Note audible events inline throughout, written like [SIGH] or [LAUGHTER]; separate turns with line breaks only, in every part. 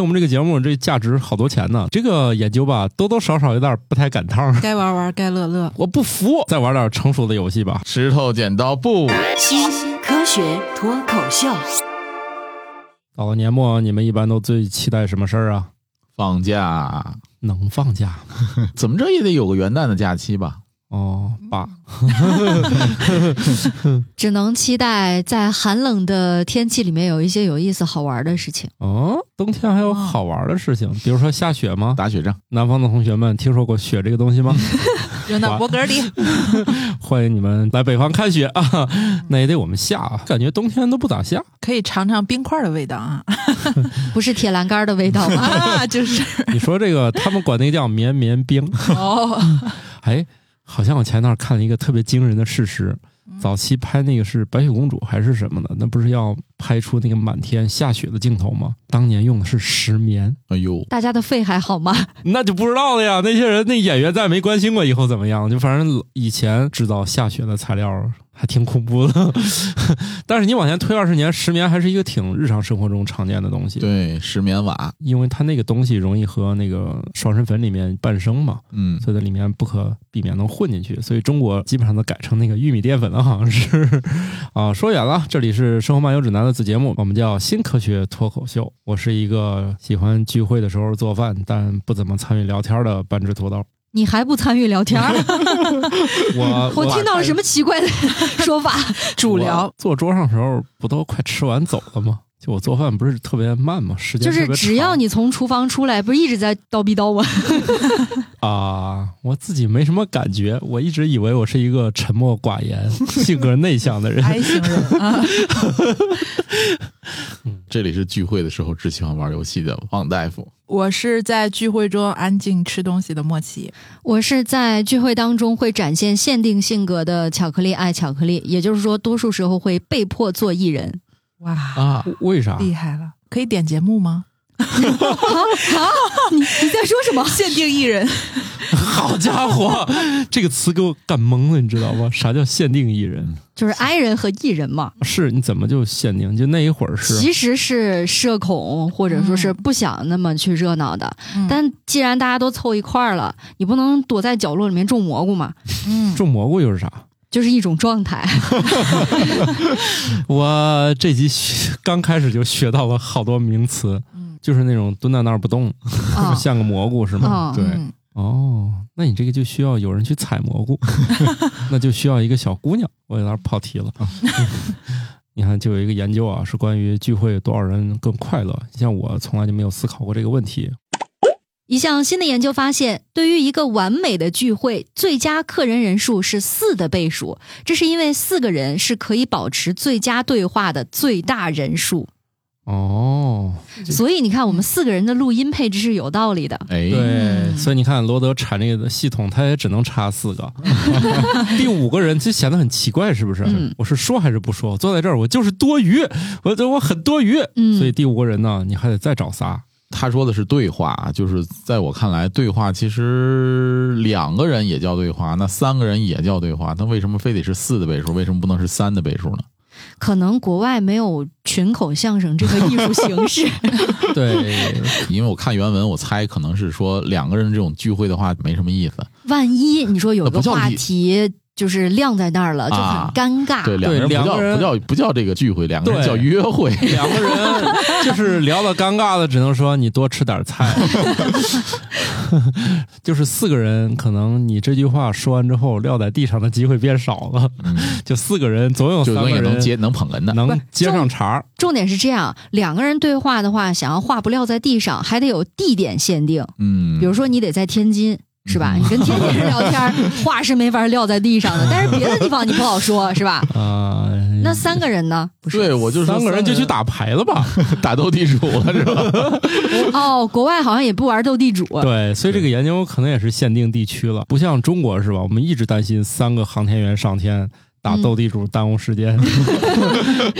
我们这个节目这价值好多钱呢，这个研究吧，多多少少有点不太赶趟儿。 [LAUGHS]
该玩玩，该乐乐。
我不服，再玩点成熟的游戏吧。
石头剪刀布，
新科学脱口秀，
到了年末，你们一般都最期待什么事儿啊？
放假 [LAUGHS]
能放假
怎么着也得有个元旦的假期吧？
哦，爸，
只能期待在寒冷的天气里面有一些有意思好玩的事情。
哦，冬天还有好玩的事情，比如说下雪吗？
打雪仗，
南方的同学们听说过雪这个东西吗？
扔到脖梗里，
[LAUGHS] 欢迎你们来北方看雪啊！ [LAUGHS] 那也得我们下啊，感觉冬天都不咋下。
可以尝尝冰块的味道啊！
不是铁栏杆的味道 [LAUGHS] 吗？
啊，就是
你说这个，他们管那个叫绵绵冰。
[LAUGHS] 哦，
哎，好像我前段看了一个特别惊人的事实，早期拍那个是白雪公主还是什么的，那不是要拍出那个满天下雪的镜头吗？当年用的是石棉，
哎呦，
大家的肺还好吗？
那就不知道了呀。那些人那演员再没关心过以后怎么样，就反正以前制造下雪的材料还挺恐怖的， [LAUGHS] 但是你往前推二十年，石棉还是一个挺日常生活中常见的东西。
对，石棉瓦，
因为它那个东西容易和那个爽身粉里面伴生嘛，
嗯，
所以在里面不可避免能混进去，所以中国基本上都改成那个玉米淀粉了，好像是。 [LAUGHS] 啊，说远了，这里是《生活漫游指南》的子节目，我们叫新科学脱口秀。我是一个喜欢聚会的时候做饭，但不怎么参与聊天的半只土豆。
你还不参与聊天儿？ [LAUGHS]
我
我听到了什
么
么奇怪的 [LAUGHS] 说法？
主聊。
坐桌上的时候不都快吃完走了吗？就我做饭不是特别慢吗？时间
就是
特别
只要
长
你从厨房出来，不是一直在叨逼叨吗？
啊，我自己没什么感觉，我一直以为我是一个沉默寡言、 [LAUGHS] 性格内向的人。
哎
I 型 [LAUGHS] 人啊，
这里是聚会的时候只喜欢玩游戏的王大夫，
我是在聚会中安静吃东西的莫奇。
[LAUGHS] 我是在聚会当中会展现限定性格的巧克力爱巧克力，也就是说，多数时候会被迫做艺 [LAUGHS] 人。
哇，
啊，为啥？
厉害了！可以点节目吗？
啊你你在说 [LAUGHS] 什么？
限定艺人，
好家 [LAUGHS] 伙，这个词给我干懵了，你知道吗？啥叫限定艺人？
就是 I 人和艺人嘛，
是你怎么就限定？就那一会儿是
其实是社恐或者说是不想那么去热闹的。
嗯
但既然大家都凑一块儿了，你不能躲在角落里面种蘑菇嘛，
嗯，
种蘑菇又是啥？
就是一种状态。
我这集学刚开始就学到了好多名词，
嗯
就是那种蹲在那儿不动，[LAUGHS]
啊
像个蘑菇是吗？
啊，
对
嗯
哦，那你这个就需要有人去采蘑菇，那就需要一个小姑娘。我有点跑题了。 [LAUGHS] 你看，就有一个研究啊，是关于聚会多少人更快乐。像我从来就没有思考过这个问题。
一项新的研究发现，对于一个完美的聚会，最佳客人人数是四的倍数，这是因为四个人是可以保持最佳对话的最大人数。
哦，
所以你看，我们四个人的录音配置是有道理的。
哎，
对，所以你看罗德查这个系统，他也只能查四个， [LAUGHS] 第五个人就显得很奇怪，是不是？
嗯
我是说还是不说？我坐在这儿，我就是多余，我我很多余。
嗯
所以第五个人呢，你还得再找
[LAUGHS]
仨。
他说的是对话，就是在我看来，对话其实两个人也叫对话，那三个人也叫对话，那为什么非得是四的倍数？为什么不能是三的倍数 [LAUGHS] 呢？
可能国外没有群口相声这个艺术形式，
对，
因为我看原文，我猜可能是说两个人这种聚会的话没什么意思，
万一你说有
呃那不
个
叫
话
艺
题就是晾在那儿了，就很
啊
尴尬。
对，两个人不
两
叫
个人
不叫不叫这个聚会，两个人
对
叫约 [LAUGHS] 会。
两个人就是聊到尴尬的，只能说你多吃点
[LAUGHS]
菜。就是四个人，可能你这句话说完之后，撂在地上的机会变少了。
[LAUGHS] 嗯
就四个人，总有
就
哦三
能
个
也
人
能接能捧哏的，
能接上茬儿。
重点是这样，两个人对话的话，想要话不撂在地上，还得有地点限定。
嗯，
比如说你得在天津。是吧？你跟天津人聊天儿，话是没法撂在地上的，但是别的地方你不好说，是
嗯
吧？
啊、
那三个
[LAUGHS]
人呢？不是
对我就说
三个人就去打牌了吧？
[LAUGHS] 打斗地主了
[LAUGHS]
是吧？
哦，国外好像也不玩斗地主，
对，所以这个研究可能也是限定地区了，不像中国是吧？我们一直担心三个航天员上天打
嗯
斗地主耽误时
[LAUGHS]
间，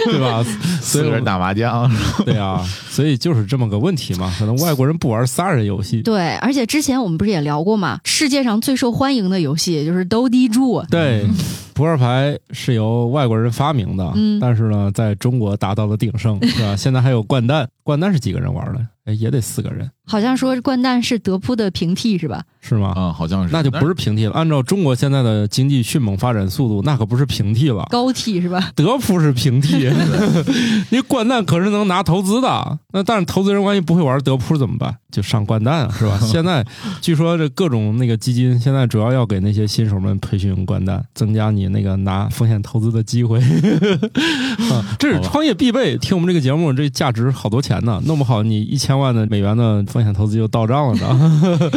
对吧？
四个人打麻将，
对
[LAUGHS]
啊，所以就是这么个问题嘛。可能外国人不玩仨人游戏，
对，而且之前我们不是也聊过嘛，世界上最受欢迎的游戏也就是斗地主，
对，
嗯
[LAUGHS] 扑克牌是由外国人发明的，
嗯
但是呢，在中国达到了鼎盛，是吧？现在还有掼蛋，掼蛋是几个人玩的？哎也得四个人，
好像说掼蛋是德扑的平替是吧？
是吗？
啊，好像
嗯
是，
那就不是平替了。按照中国现在的经济迅猛发展速度，那可不是平替了。
高替是吧？
德扑 [LAUGHS] 是平替，你掼蛋可是能拿投资的。那但是投资人万一不会玩德扑怎么办？就上掼蛋啊，是 [LAUGHS] 吧？现在据说这各种那个基金，现在主要要给那些新手们培训掼蛋，增加你那个拿风险投资的机会。 [LAUGHS] 啊，这是创业必备。听我们这个节目，这价值好多钱呢，弄不好你一千万的美元的风险投资就到账了呢。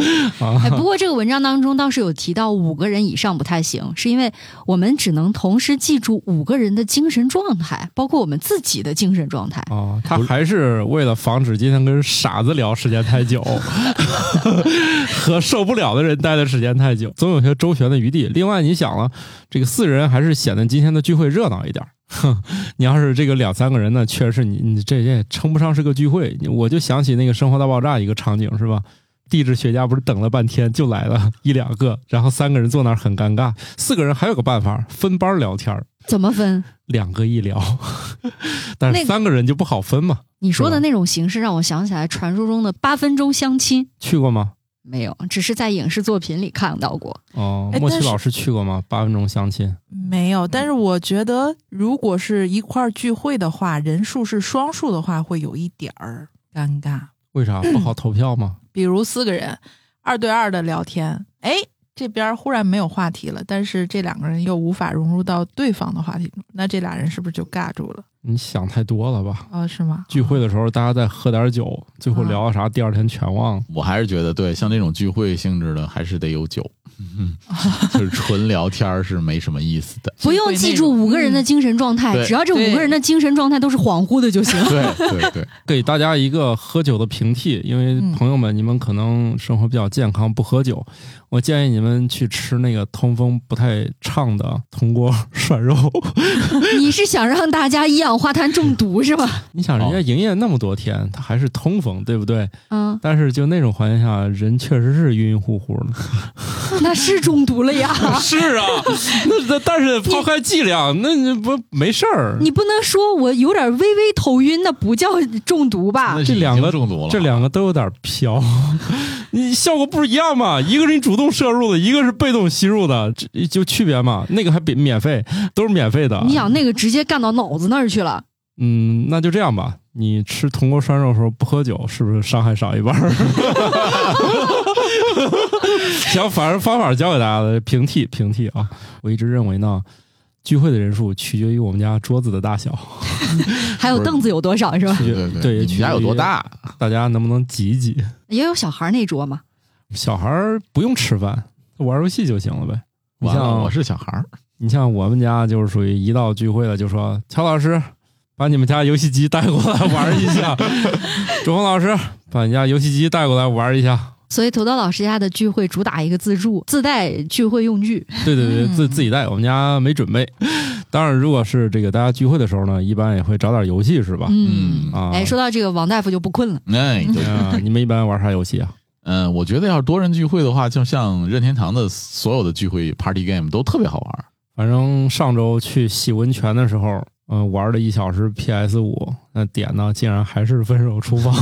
哎，不过这个文章当中倒是有提到五个人以上不太行，是因为我们只能同时记住五个人的精神状态，包括我们自己的精神状态。
哦，他还是为了防止今天跟傻子聊时间太久，和受不了的人待的时间太久，总有些周旋的余地。另外，你想了，这个四人还是显得今天的聚会热闹一点儿。 [LAUGHS] 哼，你要是这个两三个人呢，确实是你你这也称不上是个聚会。你我就想起那个《生活大爆炸》一个场景是吧？地质学家不是等了半天就来了 [LAUGHS] 一两个，然后三个人坐那儿很尴尬，四个人还有个办法，分班聊天儿，
怎么分？
两个一聊， [LAUGHS] 但是
那个
三个人就不好分嘛。
你说
是吧
的那种形式让我想起来传说中的八分钟相亲，
去过吗？
没有，只是在影视作品里看到过。
哦，
哎
莫西
但是
老师去过吗？八分钟相亲
没有，但是我觉得，如果是一块儿聚会的话，人数是双数的话，会有一点儿尴尬。
为
嗯
啥不好投票吗？
比如四个人二对二的聊天，哎，这边忽然没有话题了，但是这两个人又无法融入到对方的话题中，那这俩人是不是就尬住了？
你想太多了吧？
哦，是吗？
聚会的时候大家再喝点酒，最后
啊
聊个啥，第二天全忘
嗯
了。
我还是觉得，对，像这种聚会性质的，还是得有
[LAUGHS]
酒，就是纯聊天儿是没什么意思的。
不用记住五个人的精神状态，
对
只要这五个人的精神状态都是恍惚的就行。
对 [LAUGHS]
[LAUGHS]
对对，
给大家一个喝酒的平替，因为
嗯
朋友们，你们可能生活比较健康，不喝酒。我建议你们去吃那个通风不太畅的铜锅涮肉。 [LAUGHS]
你是想让大家一氧化碳中毒
[LAUGHS]
是吧？
你想，人家
哦
营业那么多天，他还是通风，对不对？
嗯，
但是就那种环境下，人确实是晕晕乎乎的。
那是中毒了呀。 [LAUGHS]
是啊， [LAUGHS] 那那但是抛开剂量，那那不没事儿。
你不能说我有点微微头晕，那不叫中毒吧
那？
啊这两个
已经中毒了，
这两个都有点飘， [LAUGHS] 你效果不是一样吗？一个是你主动摄入的，一个是被动吸入的，这就区别嘛。那个还免免费，都是免费的。
你想那个直接干到脑子那儿去了，
嗯，那就这样吧。你吃铜锅涮肉的时候不喝酒，是不是伤害少一
[LAUGHS]
半儿？行，反正方法教给大家的，平替平替啊！我一直认为呢，聚会的人数取决于我们家桌子的大小，
还有
不是
凳子有多少是吧？
取决
对对
对，
你们家有多？大？
大家能不能挤一挤？
也有小孩那桌嘛。
小孩儿不用吃饭，玩游戏就行了呗。你
完了，
像
我是小孩儿，
你像我们家就是属于一到聚会了就说乔老师把你们家游戏机带过来玩一下，周红老师把你家游戏机带过来玩一下。
所以土豆老师家的聚会主打一个自助，自带聚会用具。
对对对，
嗯
自自己带，我们家没准备。当然，如果是这个大家聚会的时候呢，一般也会找点游戏是吧？
嗯，
啊
哎，说到这个，王大夫就不困了。
哎，对，
啊，你们一般玩啥游戏啊？
嗯，我觉得要是多人聚会的话，就像任天堂的所有的聚会 party game 都特别好玩儿。
反正上周去洗温泉的时候，嗯、玩了一小时 PS 五，那点呢竟然还是《分手
[LAUGHS]
厨房》，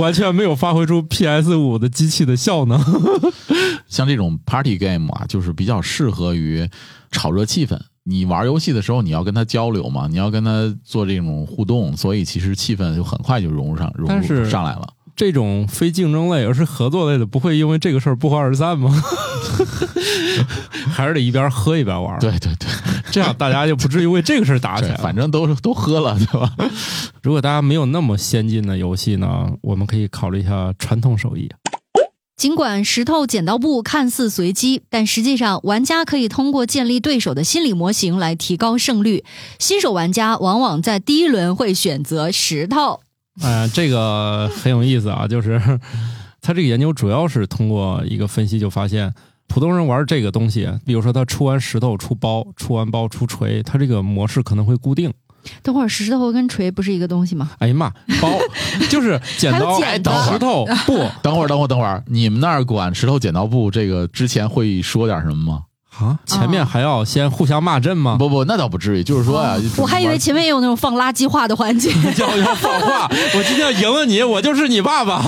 完全没有发挥出 PS 五的机器的效能。
像这种 party game 啊，就是比较适合于炒热气氛。你玩游戏的时候，你要跟他交流嘛，你要跟他做这种互动，所以其实气氛就很快就融入上，融
但是
入上来了。
这种非竞争类而是合作类的，不会因为这个事儿不欢而散
[LAUGHS]
吗？还是得一边喝一边玩，，
对对对，
这样大家就不至于为这个事儿啊打起
[LAUGHS] 对
来。
反正都是都喝了，对吧？
如果大家没有那么先进的游戏呢，我们可以考虑一下传统手艺。
尽管石头剪刀布看似随机，但实际上玩家可以通过建立对手的心理模型来提高胜率。新手玩家往往在第一轮会选择石头。
嗯、这个很有意思啊，就是他这个研究主要是通过一个分析就发现，普通人玩这个东西，比如说他出完石头出包，出完包出锤，他这个模式可能会固定。
等会儿石头跟锤不是一个东西吗？
哎呀妈，包就是 [LAUGHS] 剪刀、
还有剪刀
石
[LAUGHS]
头、布，
等会儿，等会儿，等会儿，你们那儿管石头剪刀布这个之前会说点什么吗？
啊，前面还要先互相骂阵吗？
不不，那倒不至于，就是说啊，
哦我还以为前面也有那种放垃圾话的环节，
[LAUGHS] 要要放话，我今天要赢了你，我就是你爸爸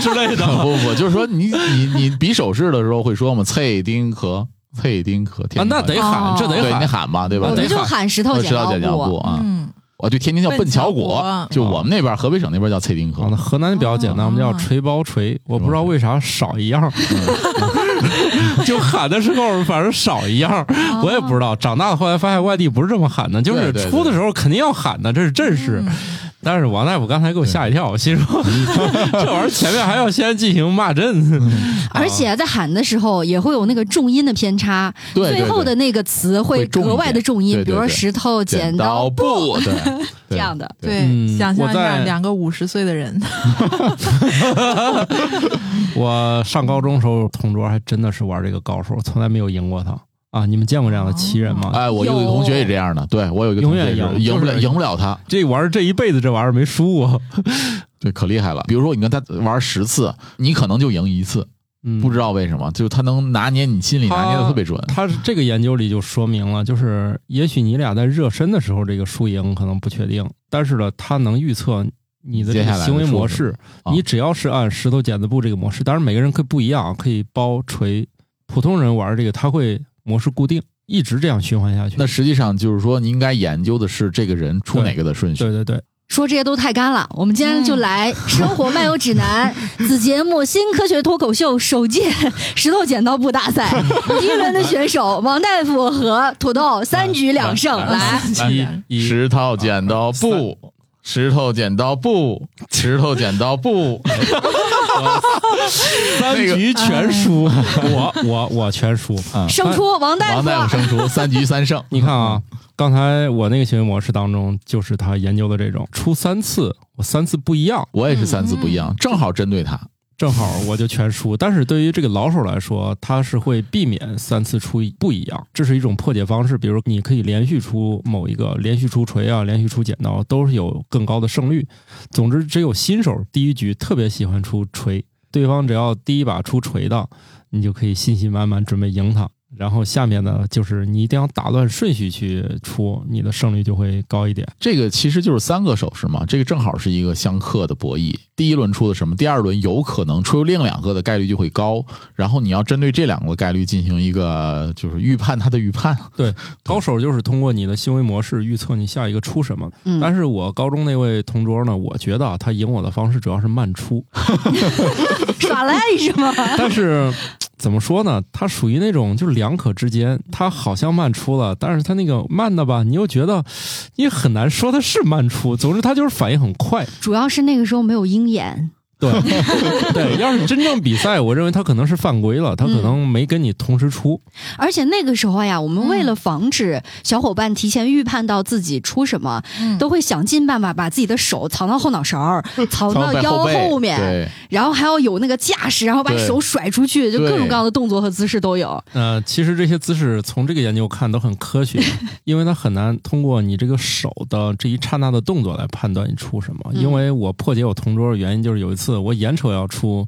之类的。
不不，就是说你你你比手势的时候会说嘛，脆丁壳，脆丁壳，
啊，那得喊，这
哦
对
得
你
喊。
喊吧，对吧？
我
得
们就喊石头
我
剪
知道剪
刀
刀布
布。
啊，
嗯，
哦，对，天津叫
笨
笨巧
巧
果
嗯
果，
就我们那边河北省那边叫脆丁壳
啊，那，河南比较简单，我们叫
哦
锤包锤，我不知道为啥少一样，
嗯 [LAUGHS]
就喊的时候反正少一样，我也不知道。长大了后来发现外地不是这么喊的，就是
哦对对对嗯
出的时候肯定要喊的，这是阵势。但是王大夫刚才给我吓一跳，我心
[LAUGHS]
说这玩意儿前面还要先进行骂阵，
嗯
而且在喊的时候也会有那个重音的偏差，
对对对
最后的那个词会
会重一
格外的重音，
点对对
比如说
对
石头、
剪
刀、
刀布，
[LAUGHS]
对，对
这样的。
对，
嗯
想象一
我
下
在
两个五十岁的人，
我上高中时候，同桌还真的是玩这个高手，从来没有赢过他啊！你们见过这样的奇人吗？
哎，我有一个同学也这样的，对我有一个同学也是
永远赢
赢不了，
就是
赢不了他，
这玩意儿这一辈子这玩意儿没输过，
对，可厉害了。比如说你跟他玩十次，你可能就赢一次，
嗯，
不知道为什么，就是他能拿捏你心里拿捏的特别准。
他是这个研究里就说明了，就是也许你俩在热身的时候，这个输赢可能不确定，但是呢，他能预测你的这
接下
个
来的
行为模
输
式。
啊
你只要是按石头剪子布这个模式，当然每个人可以不一样，啊可以包锤。普通人玩这个，他会模式固定，一直这样循环下去。
那实际上就是说，你应该研究的是这个人出哪个的顺序。
对对对，
说这些都太干了，我们今天就来《生活漫游指南》子节目新科学脱口秀首届石头剪刀布大赛，第一轮的选手王大夫和土豆三局两胜，来，
一一啊
石头剪刀布，石头剪刀布，石头剪
[LAUGHS]
刀布。
三
那个
局全输，
啊
[LAUGHS] 我我我全输。
胜出王大
王
夫。
大夫胜
[LAUGHS]
出，三局三胜。
你看啊，刚才我那个行为模式当中，就是他研究的这种，出三次，我三次不一样，
我也是三次不一
嗯
样，正好针对他。
正好我就全输。但是对于这个老手来说，他是会避免三次出不一样，这是一种破解方式。比如你可以连续出某一个，连续出锤啊，连续出剪刀，都是有更高的胜率。总之，只有新手第一局特别喜欢出锤，对方只要第一把出锤的，你就可以信心满满准备赢他。然后下面呢，就是你一定要打乱顺序去出，你的胜率就会高一点。
这个其实就是三个手势嘛，这个正好是一个相克的博弈。第一轮出的什么，第二轮有可能出另两个的概率就会高，然后你要针对这两个概率进行一个就是预判它的预判。
高手就是通过你的行为模式预测你下一个出什么。但是我高中那位同桌呢，我觉得啊，他赢我的方式主要是慢出，
耍赖是吗？
但是怎么说呢，他属于那种就是两可之间，他好像慢出了，但是他那个慢的吧，你又觉得你很难说他是慢出，总之他就是反应很快。
主要是那个时候没有鹰眼，
对对，要是真正比赛，我认为他可能是犯规了，他可能没跟你同时出。
而且那个时候呀，我们
嗯
为了防止小伙伴提前预判到自己出什么，
嗯
都会想尽办法把自己的手藏到后脑勺儿，
哦
藏
然
到
后在
腰
后背
面，
对，
然后还要有那个架势，然后把
对
手甩出去，就
对
各种各样的动作和姿势都有。
呃，其实这些姿势从这个研究看都很科
[LAUGHS]
学，因为它很难通过你这个手的这一刹那的动作来判断你出什么。因
嗯
为我破解我同桌的原因就是有一次我眼瞅要出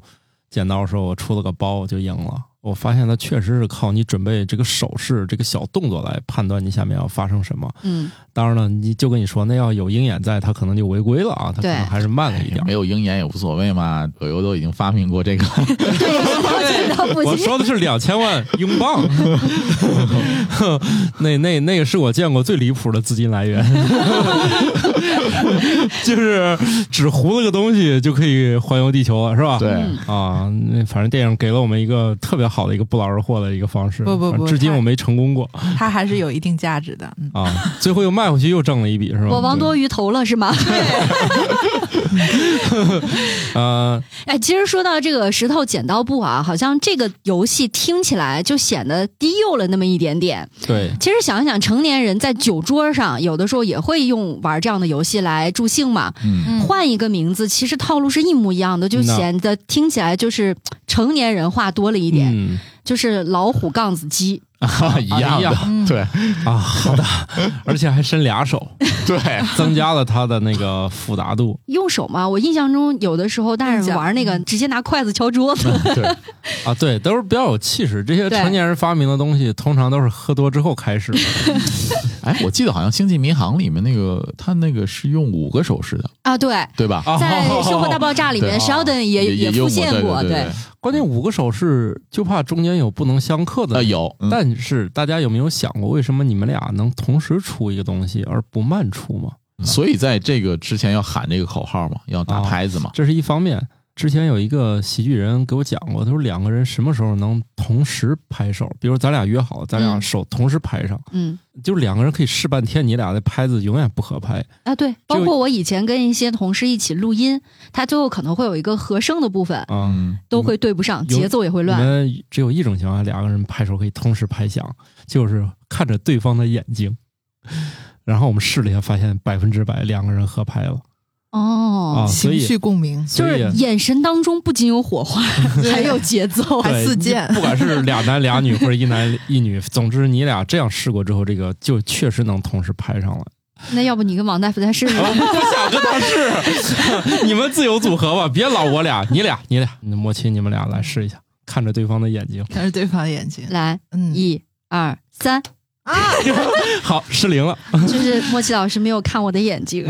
剪刀的时候，我出了个包就赢了。我发现它确实是靠你准备这个手势、这个小动作来判断你下面要发生什么。
嗯，
当然了，你就跟你说，那要有鹰眼在，他可能就违规了啊，他可
对
能还是慢了一点儿
没。有鹰眼也无所谓嘛，葛优都已经发明过这个。
对，然后不
我
行，
说的是两千万英镑， [LAUGHS] 那那那个是我见过最离谱的资金来源，就是只糊了个东西就可以环游地球了，是吧？
对，
嗯
啊，那反正电影给了我们一个特别好的一个不劳而获的一个方式，
不不不
反正至今
太
我没成功过
他还是有一定价值的。嗯，
啊，最后又卖回去又挣了一笔，是吧？
我王多鱼投了是吗？ [LAUGHS]
呃，
哎，其实说到这个石头剪刀布啊，好像这个游戏听起来就显得低幼了那么一点点。
对，
其实想一想，成年人在酒桌上有的时候也会用玩这样的游戏来助兴嘛。
嗯，
换一个名字，其实套路是一模一样的，就
嗯呐
显得听起来就是成年人话多了一点。
嗯，
就是老虎杠子鸡。
啊 [LAUGHS] 一样
一
的，
嗯
对
啊，好的，而且还伸俩手，
对，
增加了它的那个复杂度。
用手吗？我印象中有的时候大人玩那个
嗯
直接拿筷子敲桌
[LAUGHS]
子，
对，
啊， [LAUGHS] 对，都是比较有气势。这些
对
成年人发明的东西，通常都是喝多之后开
[LAUGHS]
始的。
哎，我记得好像《星际迷航》里面那个他那个是用五个手势的，
啊，对，
对吧？
啊
在《生活大爆炸》里面
哦对
，Sheldon 也
也
复
用
现
过，对
对
对，
[LAUGHS] 关键五个手势，就怕中间有不能相克的。
呃有，嗯
但是大家有没有想过，为什么你们俩能同时出一个东西，而不慢出吗？
所以在这个之前要喊这个口号嘛，要打
哦
拍子嘛，
这是一方面。之前有一个喜剧人给我讲过，他说两个人什么时候能同时拍手？比如咱俩约好，咱俩
嗯
手同时拍上，
嗯
就是两个人可以试半天，你俩的拍子永远不合拍。
啊，对，包括我以前跟一些同事一起录音，他最后可能会有一个和声的部分
啊、
嗯，
都会对不上，
有
节奏也会
你
乱。
们只有一种情况下，两个人拍手可以同时拍响，就是看着对方的眼睛。然后我们试了一下，发现百分之百两个人合拍了啊，
哦，
所
情
以
绪共鸣，
就
所
是
以
眼神当中不仅有
[LAUGHS]
火花，还有节奏。
还
对
四溅
不管是俩男俩女或者一男一女，总之你俩这样试过之后，这个就确实能同时拍上了。
那要不你跟王大夫再试试？
我不想跟他试，你们自由组合吧，别老我俩，你俩你俩，那莫奇你们俩来试一下，看着对方的眼睛， [LAUGHS]
看着对方的眼睛，
来，
嗯，
一二三，
啊，
好失灵了，
就是莫奇老师没有看我的眼睛。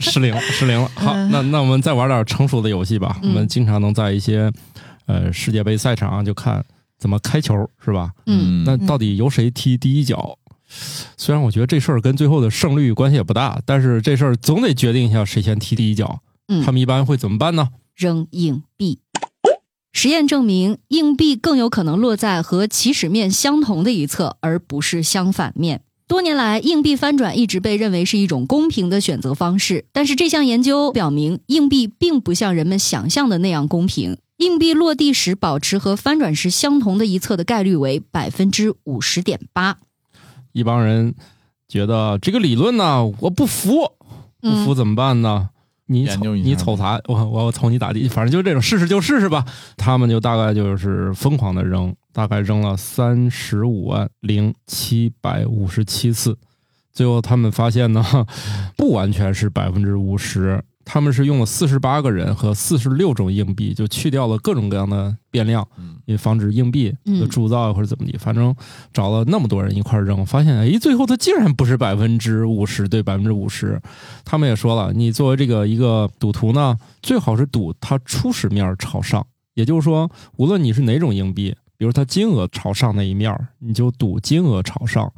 失
[LAUGHS]
灵了，失灵了。好，
嗯
那那我们再玩点成熟的游戏吧。
嗯
我们经常能在一些呃世界杯赛场上就看怎么开球，是吧？
嗯，
那到底由谁踢第一脚？虽然我觉得这事儿跟最后的胜率关系也不大，但是这事儿总得决定一下谁先踢第一脚。
嗯
他们一般会怎么办呢？
扔硬币。实验证明，硬币更有可能落在和起始面相同的一侧，而不是相反面。多年来，硬币翻转一直被认为是一种公平的选择方式，但是这项研究表明，硬币并不像人们想象的那样公平。硬币落地时保持和翻转时相同的一侧的概率为百分之五十点八。
一帮人觉得这个理论呢，我不服，不服怎么办呢？你
研
瞅
究一下
你瞅啥？我我我瞅你咋地？反正就这种，试试就试试吧。他们就大概就是疯狂的扔，大概扔了三十五万零七百五十七次。最后他们发现呢，不完全是百分之五十，他们是用了四十八个人和四十六种硬币，就去掉了各种各样的变量，
嗯
也防止硬币
嗯
的铸造或者怎么地。反正找了那么多人一块儿扔，发现哎，最后它竟然不是百分之五十对百分之五十。他们也说了，你作为这个一个赌徒呢，最好是赌它初始面儿朝上，也就是说，无论你是哪种硬币，比如它金额朝上那一面儿，你就赌金额朝上，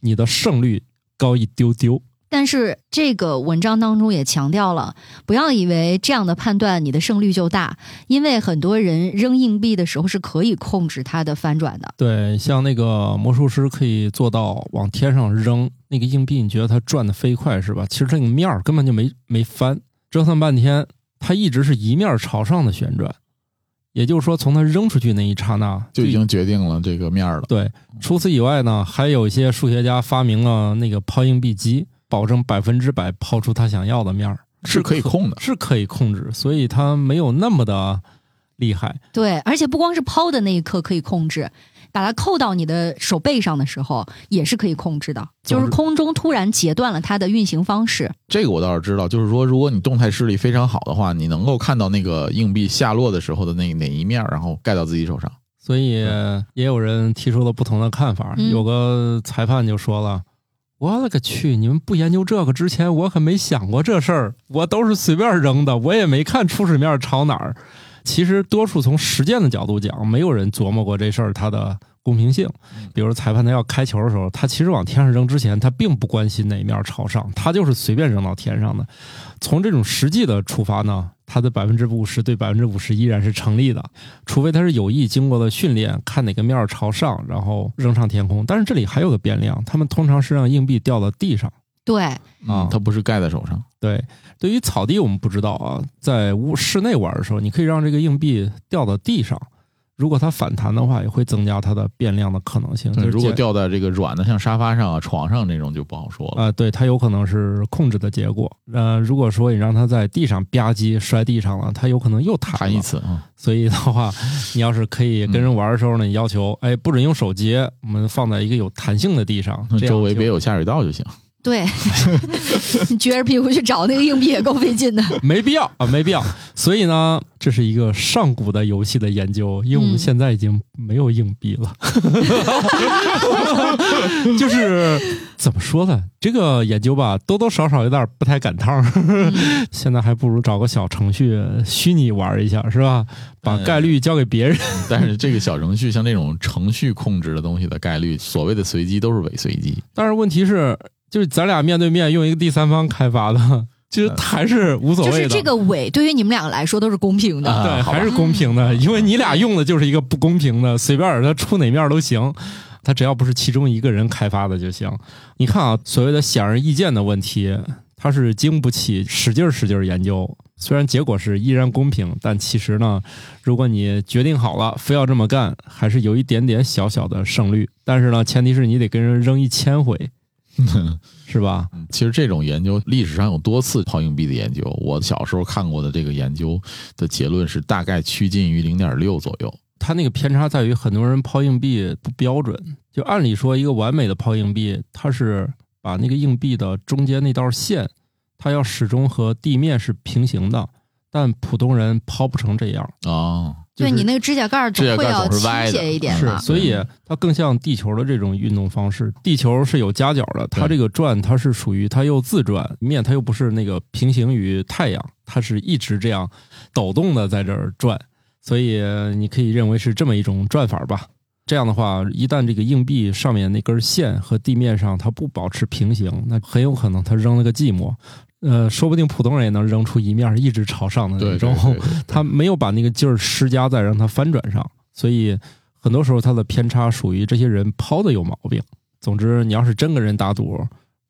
你的胜率高一丢丢。
但是这个文章当中也强调了，不要以为这样的判断你的胜率就大，因为很多人扔硬币的时候是可以控制它的翻转的。
对，像那个魔术师可以做到往天上扔那个硬币，你觉得它转的飞快是吧？其实这个面儿根本就没没翻，折腾半天，它一直是一面儿朝上的旋转，也就是说，从它扔出去那一刹那
就已经决定了这个面儿了，
对。除此以外呢，还有一些数学家发明了那个抛硬币机，保证百分之百抛出他想要的面儿，
是可以控的，
是可以控制，所以它没有那么的厉害。
对，而且不光是抛的那一刻可以控制，把它扣到你的手背上的时候也是可以控制的，
总
就
之
是空中突然截断了它的运行方式。
这个我倒是知道，就是说，如果你动态视力非常好的话，你能够看到那个硬币下落的时候的那哪一面儿，然后盖到自己手上。
所以也有人提出了不同的看法。
嗯
有个裁判就说了：“我勒个去！你们不研究这个之前，我可没想过这事儿，我都是随便扔的，我也没看初始面朝哪儿。”其实，多数从实践的角度讲，没有人琢磨过这事儿它的公平性。比如，裁判他要开球的时候，他其实往天上扔之前，他并不关心哪一面朝上，他就是随便扔到天上的。从这种实际的出发呢，他的百分之五十对百分之五十依然是成立的。除非他是有意经过了训练，看哪个面儿朝上，然后扔上天空。但是这里还有个变量，他们通常是让硬币掉到地上。
对，
啊
嗯它不是盖在手上，
对，对于草地我们不知道啊，在屋室内玩的时候，你可以让这个硬币掉到地上，如果它反弹的话，也会增加它的变量的可能性。
对，
就是
如果
减
掉在这个软的，像沙发上啊、床上这种就不好说了。
啊、对，它有可能是控制的结果。呃，如果说你让它在地上吧唧摔地上了，它有可能又弹
弹
了
一次啊，
所以的话，你要是可以跟人玩的时候呢，你要求，哎，不准用手机，我们放在一个有弹性的地上，
嗯
这样
周围别
就
有下水道
[LAUGHS]
就行。 [LAUGHS]
对，你撅着屁股去找那个硬币也够费劲的。
没必要啊，没必要。所以呢，这是一个上古的游戏的研究，因为我们
嗯
现在已经没有硬币了。就是怎么说呢？这个研究吧，多多少少有点不太赶趟儿。 [LAUGHS] 现在还不如找个小程序虚拟玩一下，是吧？把
嗯
概率交给别人。
但是这个小程序，像这种程序控制的东西的概率，所谓的随机都是伪随机。
但是问题是，就是咱俩面对面用一个第三方开发
[LAUGHS]
的，其实还是无所
就
谓的。
是这个尾对于你们两个来说都是公平的。
啊
对，
好吧嗯
还是公平的，因为你俩用的就是一个不公平的，随便儿它出哪面儿都行，它只要不是其中一个人开发的就行。你看啊，所谓的显而易见的问题，它是经不起使劲儿使劲儿研究。虽然结果是依然公平，但其实呢，如果你决定好了非要这么干，还是有一点点小小的胜率。但是呢，前提是你得跟人扔一千
[LAUGHS]
回，是吧？
嗯其实这种研究历史上有多次抛硬币的研究，我小时候看过的这个研究的结论是大概趋近于零点六左右。
它那个偏差在于很多人抛硬币不标准。就按理说，一个完美的抛硬币，它是把那个硬币的中间那道线，它要始终和地面是平行的。但普通人抛不成这样，
哦，
就是、
对你那个指甲盖儿总
指甲
会
盖儿
要
总是
倾
歪的
斜一点
是
吧？
所
嗯
以它更像地球的这种运动方式。地球是有夹角的，它这
对
个转它是属于它又自转面，它又不是那个平行于太阳，它是一直这样抖动的在这儿转，所以你可以认为是这么一种转法吧。这样的话，一旦这个硬币上面那根线和地面上它不保持平行，那很有可能它扔了个寂寞。呃，说不定普通人也能扔出一面儿一直朝上的那
对，
种。
对对对
他没有把那个劲儿施加在让它翻转上，所以很多时候它的偏差属于这些人抛的有毛病。总之，你要是真跟人打赌，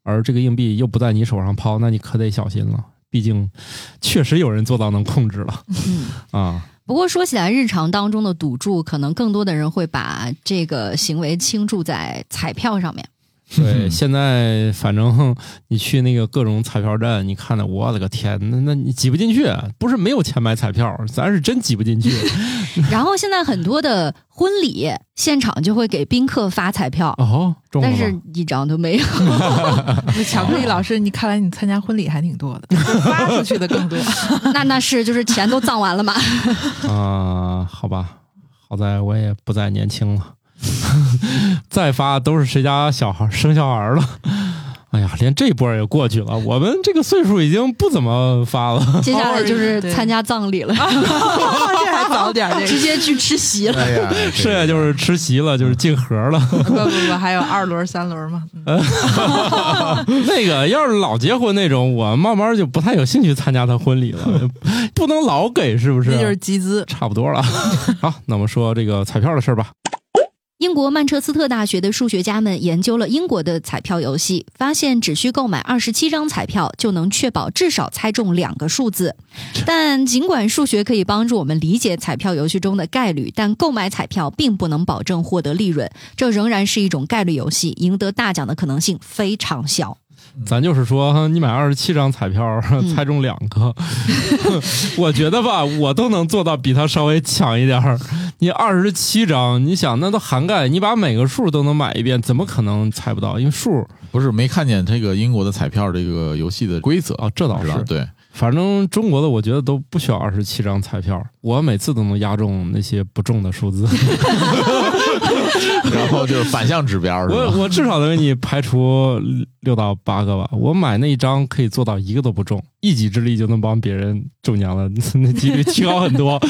而这个硬币又不在你手上抛，那你可得小心了。毕竟，确实有人做到能控制
[LAUGHS]
了
嗯。
啊。
不过说起来，日常当中的赌注，可能更多的人会把这个行为倾注在彩票
[LAUGHS]
上面。
对，现在反正你去那个各种彩票站，你看的，我的个天，那那你挤不进去，不是没有钱买彩票，咱是真挤不进去。
然后现在很多的婚礼现场就会给宾客发彩票，
哦，中了
但
吗
是一张都
[LAUGHS]
没有。
巧克力老师，你看来你参加婚礼还挺多的， [LAUGHS] 就发出去的更多。 [LAUGHS]
那那是就是钱都葬完
[LAUGHS]
了嘛？
啊、好吧，好在我也不再年轻了， [LAUGHS] 再发都是谁家小孩生小孩了。哎呀，连这波儿也过去了，我们这个岁数已经不怎么发了。
接下来就是
对
参加葬礼了，
这还早点儿，这
直
个
接去吃席
[LAUGHS]
了。
[LAUGHS]
哎呀，
剩下就是吃席
嗯
了，就是进盒了。
[LAUGHS] 不不不，还有二轮、三轮嘛。嗯
那个要是老结婚那种，我慢慢就不太有兴趣参加他婚礼
[LAUGHS]
了，不能老给，是不是？啊
那就是集资。
差不多了。 [LAUGHS] 好，那我们说这个彩票的事儿吧。
英国曼彻斯特大学的数学家们研究了英国的彩票游戏，发现只需购买二十七张彩票就能确保至少猜中两个数字。但尽管数学可以帮助我们理解彩票游戏中的概率，但购买彩票并不能保证获得利润，这仍然是一种概率游戏，赢得大奖的可能性非常小。
咱就是说，你买二十七张彩票，猜中两个， [LAUGHS] 我觉得吧，我都能做到比他稍微强一点儿。你二十七张，你想那都涵盖，你把每个数都能买一遍，怎么可能猜不到？因为数
不是没看见这个英国的彩票这个游戏的规则
啊，这倒
是吧？
是。
对，
反正中国的我觉得都不需要二十七张彩票，我每次都能押中那些不中的数字，
然后就是反向指标是
我
吧？
我至少能给你排除六到八个吧。我买那一张可以做到一个都不中，一己之力就能帮别人中奖了， [LAUGHS] 那几率提高很
[LAUGHS]
多。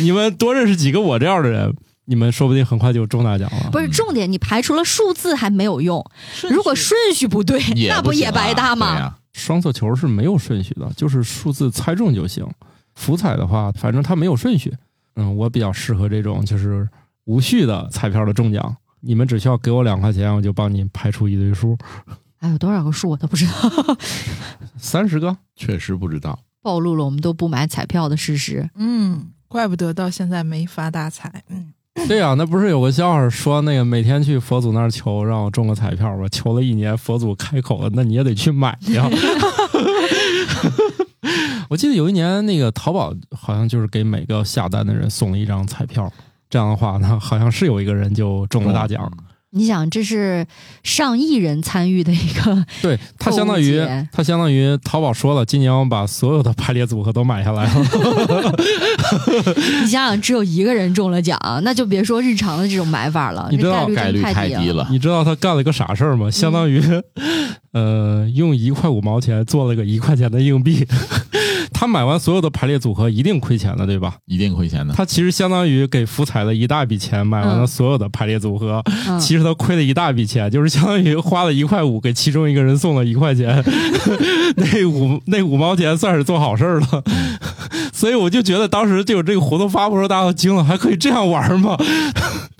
你们多认识几个我这样的人，你们说不定很快就中大奖了。
不是重点，你排除了数字还没有用，如果
顺
顺序不对，
也
那不
行
也
啊
白搭吗？
对呀
双色球是没有顺序的，就是数字猜中就行。福彩的话，反正它没有顺序。嗯，我比较适合这种就是无序的彩票的中奖。你们只需要给我两块钱，我就帮你排除一堆数，
哎，有多少个数我都不知道，
三十个。
确实不知道。
暴露了我们都不买彩票的事实。
嗯，怪不得到现在没发大财。嗯，
[CLEARS THROAT] 对啊呀、那不是有个笑话说那个每天去佛祖那儿求，让我中个彩票吧，求了一年，佛祖开口了，那你也得去买
[LAUGHS]
呀。我记得有一年那个淘宝好像就是给每个下单的人送了一张彩票，这样的话呢，好像是有一个人就中了大奖。
你想，这是上亿人参与的一个，
对他相当于
购物节
他相当于淘宝说了，今年我们把所有的排列组合都买下来了。
你想想，只有一个人中了奖，那就别说日常的这种买法了，
你知
这
道
概率
嗯概率
真
太
太
低
了。
了。
你知道他干了个啥事儿
嗯
吗？相当于，呃，用一块五毛钱做了个一块钱的硬币。 [LAUGHS] 他买完所有的排列组合一定亏钱的，对吧？
一定亏钱
嗯
的。
他其实相当于给福彩了一大笔钱，买完了所有的排列组合，
嗯，
其实他亏了一大笔钱，就是相当于花了一块五给其中一个人送了一块钱， [LAUGHS] 那五那五毛钱算是做好事儿了。 [LAUGHS] 所以我就觉得当时就有这个活动发布的时候，大家都惊了，还可以这样玩儿吗？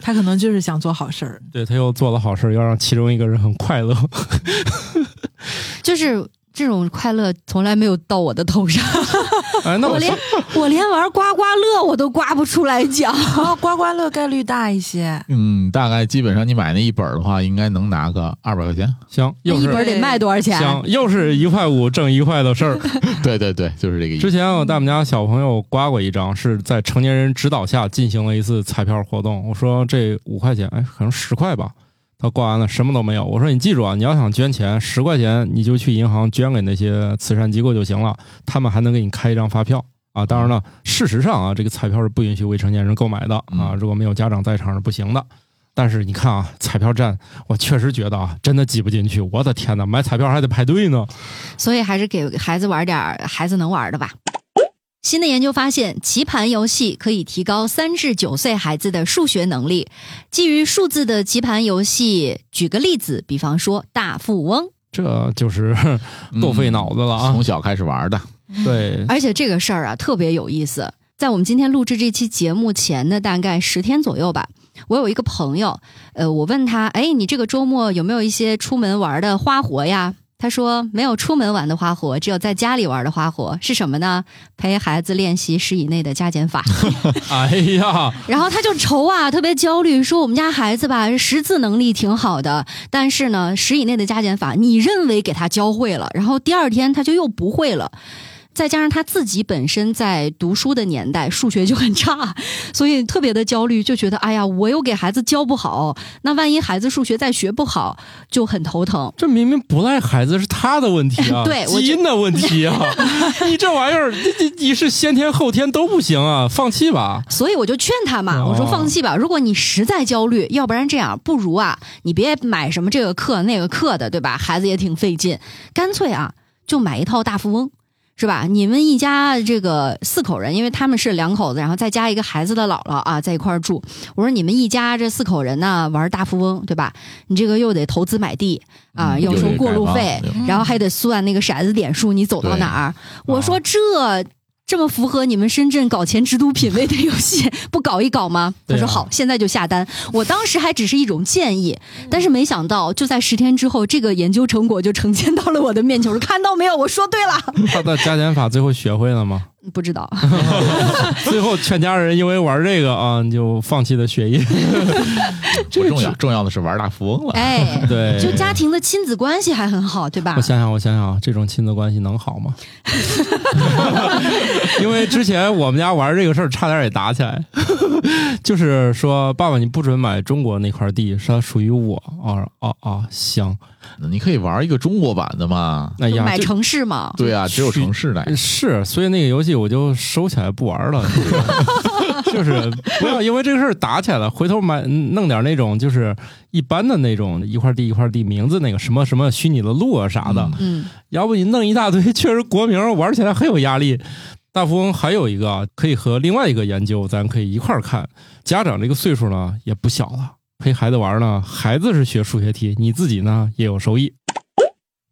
他可能就是想做好事儿。
对，他又做了好事儿，要让其中一个人很快乐。
就是这种快乐从来没有到我的头上， [LAUGHS]
哎，那
我
我
连我连玩刮刮乐我都刮不出来奖。
[LAUGHS] 哦，刮刮乐概率大一些，
嗯，大概基本上你买那一本儿的话，应该能拿个二百块钱。
行，又
一
是
本得卖多少钱？
行，又是一块五挣一块的事儿。
对对对，就是这个意
之
思。
前我带我们家小朋友刮过一张，是在成年人指导下进行了一次彩票活动。我说这五块钱，哎，可能十块吧。他刮完了，什么都没有。我说你记住啊，你要想捐钱，十块钱你就去银行捐给那些慈善机构就行了，他们还能给你开一张发票啊。当然了，事实上啊，这个彩票是不允许未成年人购买的啊
嗯，
如果没有家长在场是不行的。但是你看啊，彩票站，我确实觉得啊，真的挤不进去。我的天哪，买彩票还得排队呢。
所以还是给孩子玩点儿孩子能玩的吧。新的研究发现，棋盘游戏可以提高三至九岁孩子的数学能力。基于数字的棋盘游戏，举个例子，比方说大富翁。
这就是 [LAUGHS] 够费脑子了啊！
从小开始玩的，
[LAUGHS]
对，
而且这个事儿啊，特别有意思。在我们今天录制这期节目前的大概十天左右吧，我有一个朋友，呃，我问他，哎，你这个周末有没有一些出门玩的花活呀？他说没有出门玩的花活，只有在家里玩的花活是什么呢？陪孩子练习十以内的加减法。
哎呀，
然后他就愁啊，特别焦虑，说我们家孩子吧，识字能力挺好的，但是呢，十以内的加减法，你认为给他教会了，然后第二天他就又不会了。再加上他自己本身在读书的年代数学就很差，所以特别的焦虑，就觉得哎呀，我又给孩子教不好，那万一孩子数学再学不好，就很头疼。
这明明不赖孩子，是他的问题啊，
[LAUGHS] 对我
基因的问题
[LAUGHS]
啊！你这玩意儿，你你你是先天后天都不行啊，放弃吧。
所以我就劝他嘛，我说
哦
放弃吧，如果你实在焦虑，要不然这样，不如啊，你别买什么这个课那个课的，对吧？孩子也挺费劲，干脆啊，就买一套大富翁。是吧？你们一家这个四口人，因为他们是两口子，然后再加一个孩子的姥姥啊，在一块儿住。我说你们一家这四口人呢，玩大富翁，对吧？你这个又得投资买地啊，
嗯
又
就
收
得
过
盖
路
房
费， [LAUGHS]
对吧
然后还得算那个骰子点数，你走到
对
哪儿？我
哦
说这这么符合你们深圳搞钱之都品味的游戏，不搞一搞吗？他
对啊
说好，现在就下单。我当时还只是一种建议，但是没想到就在十天之后，这个研究成果就呈现到了我的面前。我说看到没有，我说对了，
他的加减法最后学会了
[LAUGHS]
吗？
不知
[LAUGHS]
道。
最后全家人因为玩这个啊，你就放弃了学
[LAUGHS]
业。
不重要，重要的是玩大富翁了。
哎，
对，
就家庭的亲子关系还很好，对吧
我？想想，我想想啊，这种亲子关系能
[LAUGHS]
好吗？因为之前我们家玩这个事儿，差点也打起来。 [LAUGHS] 就是说，爸爸，你不准买中国那块地，是它属于我啊啊啊！行，
你可以玩一个中国版的嘛？
哎
就
呀，
买
就哎
城市嘛，嗯
对啊，只有城市来。
是，所以那个游戏我就收起来不玩了。 [LAUGHS] 就是不要因为这个事儿打起来了，回头买嗯弄点那种就是一般的那种一块地一块地名字那个什么什么虚拟的路啊啥的，
嗯
嗯，
要不你弄一大堆，确实国名玩起来很有压力。大富翁还有一个啊可以和另外一个研究，咱可以一块儿看。家长这个岁数呢也不小了，陪孩子玩呢，孩子是学数学题，你自己呢也有收益。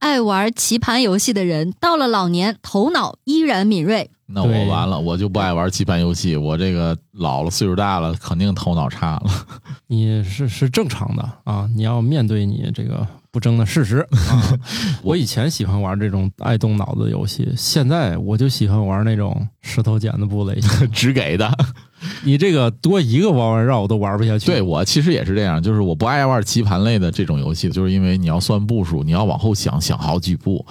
爱玩棋盘游戏的人，到了老年头脑依然敏锐。
那我
对
完了，我就不爱玩棋盘游戏。我这个老了，岁数大了，肯定头脑差了。 [LAUGHS]
你是是正常的啊，你要面对你这个不争的事实啊。我以前喜欢玩这种爱动脑子
[LAUGHS]
的游戏，现在我就喜欢玩那种石头剪子布类型。
只给的，
你这个多一个弯弯绕我都玩不下去。
对我其实也是这样，就是我不爱玩棋盘类的这种游戏，就是因为你要算步数，你要往后想想好几步，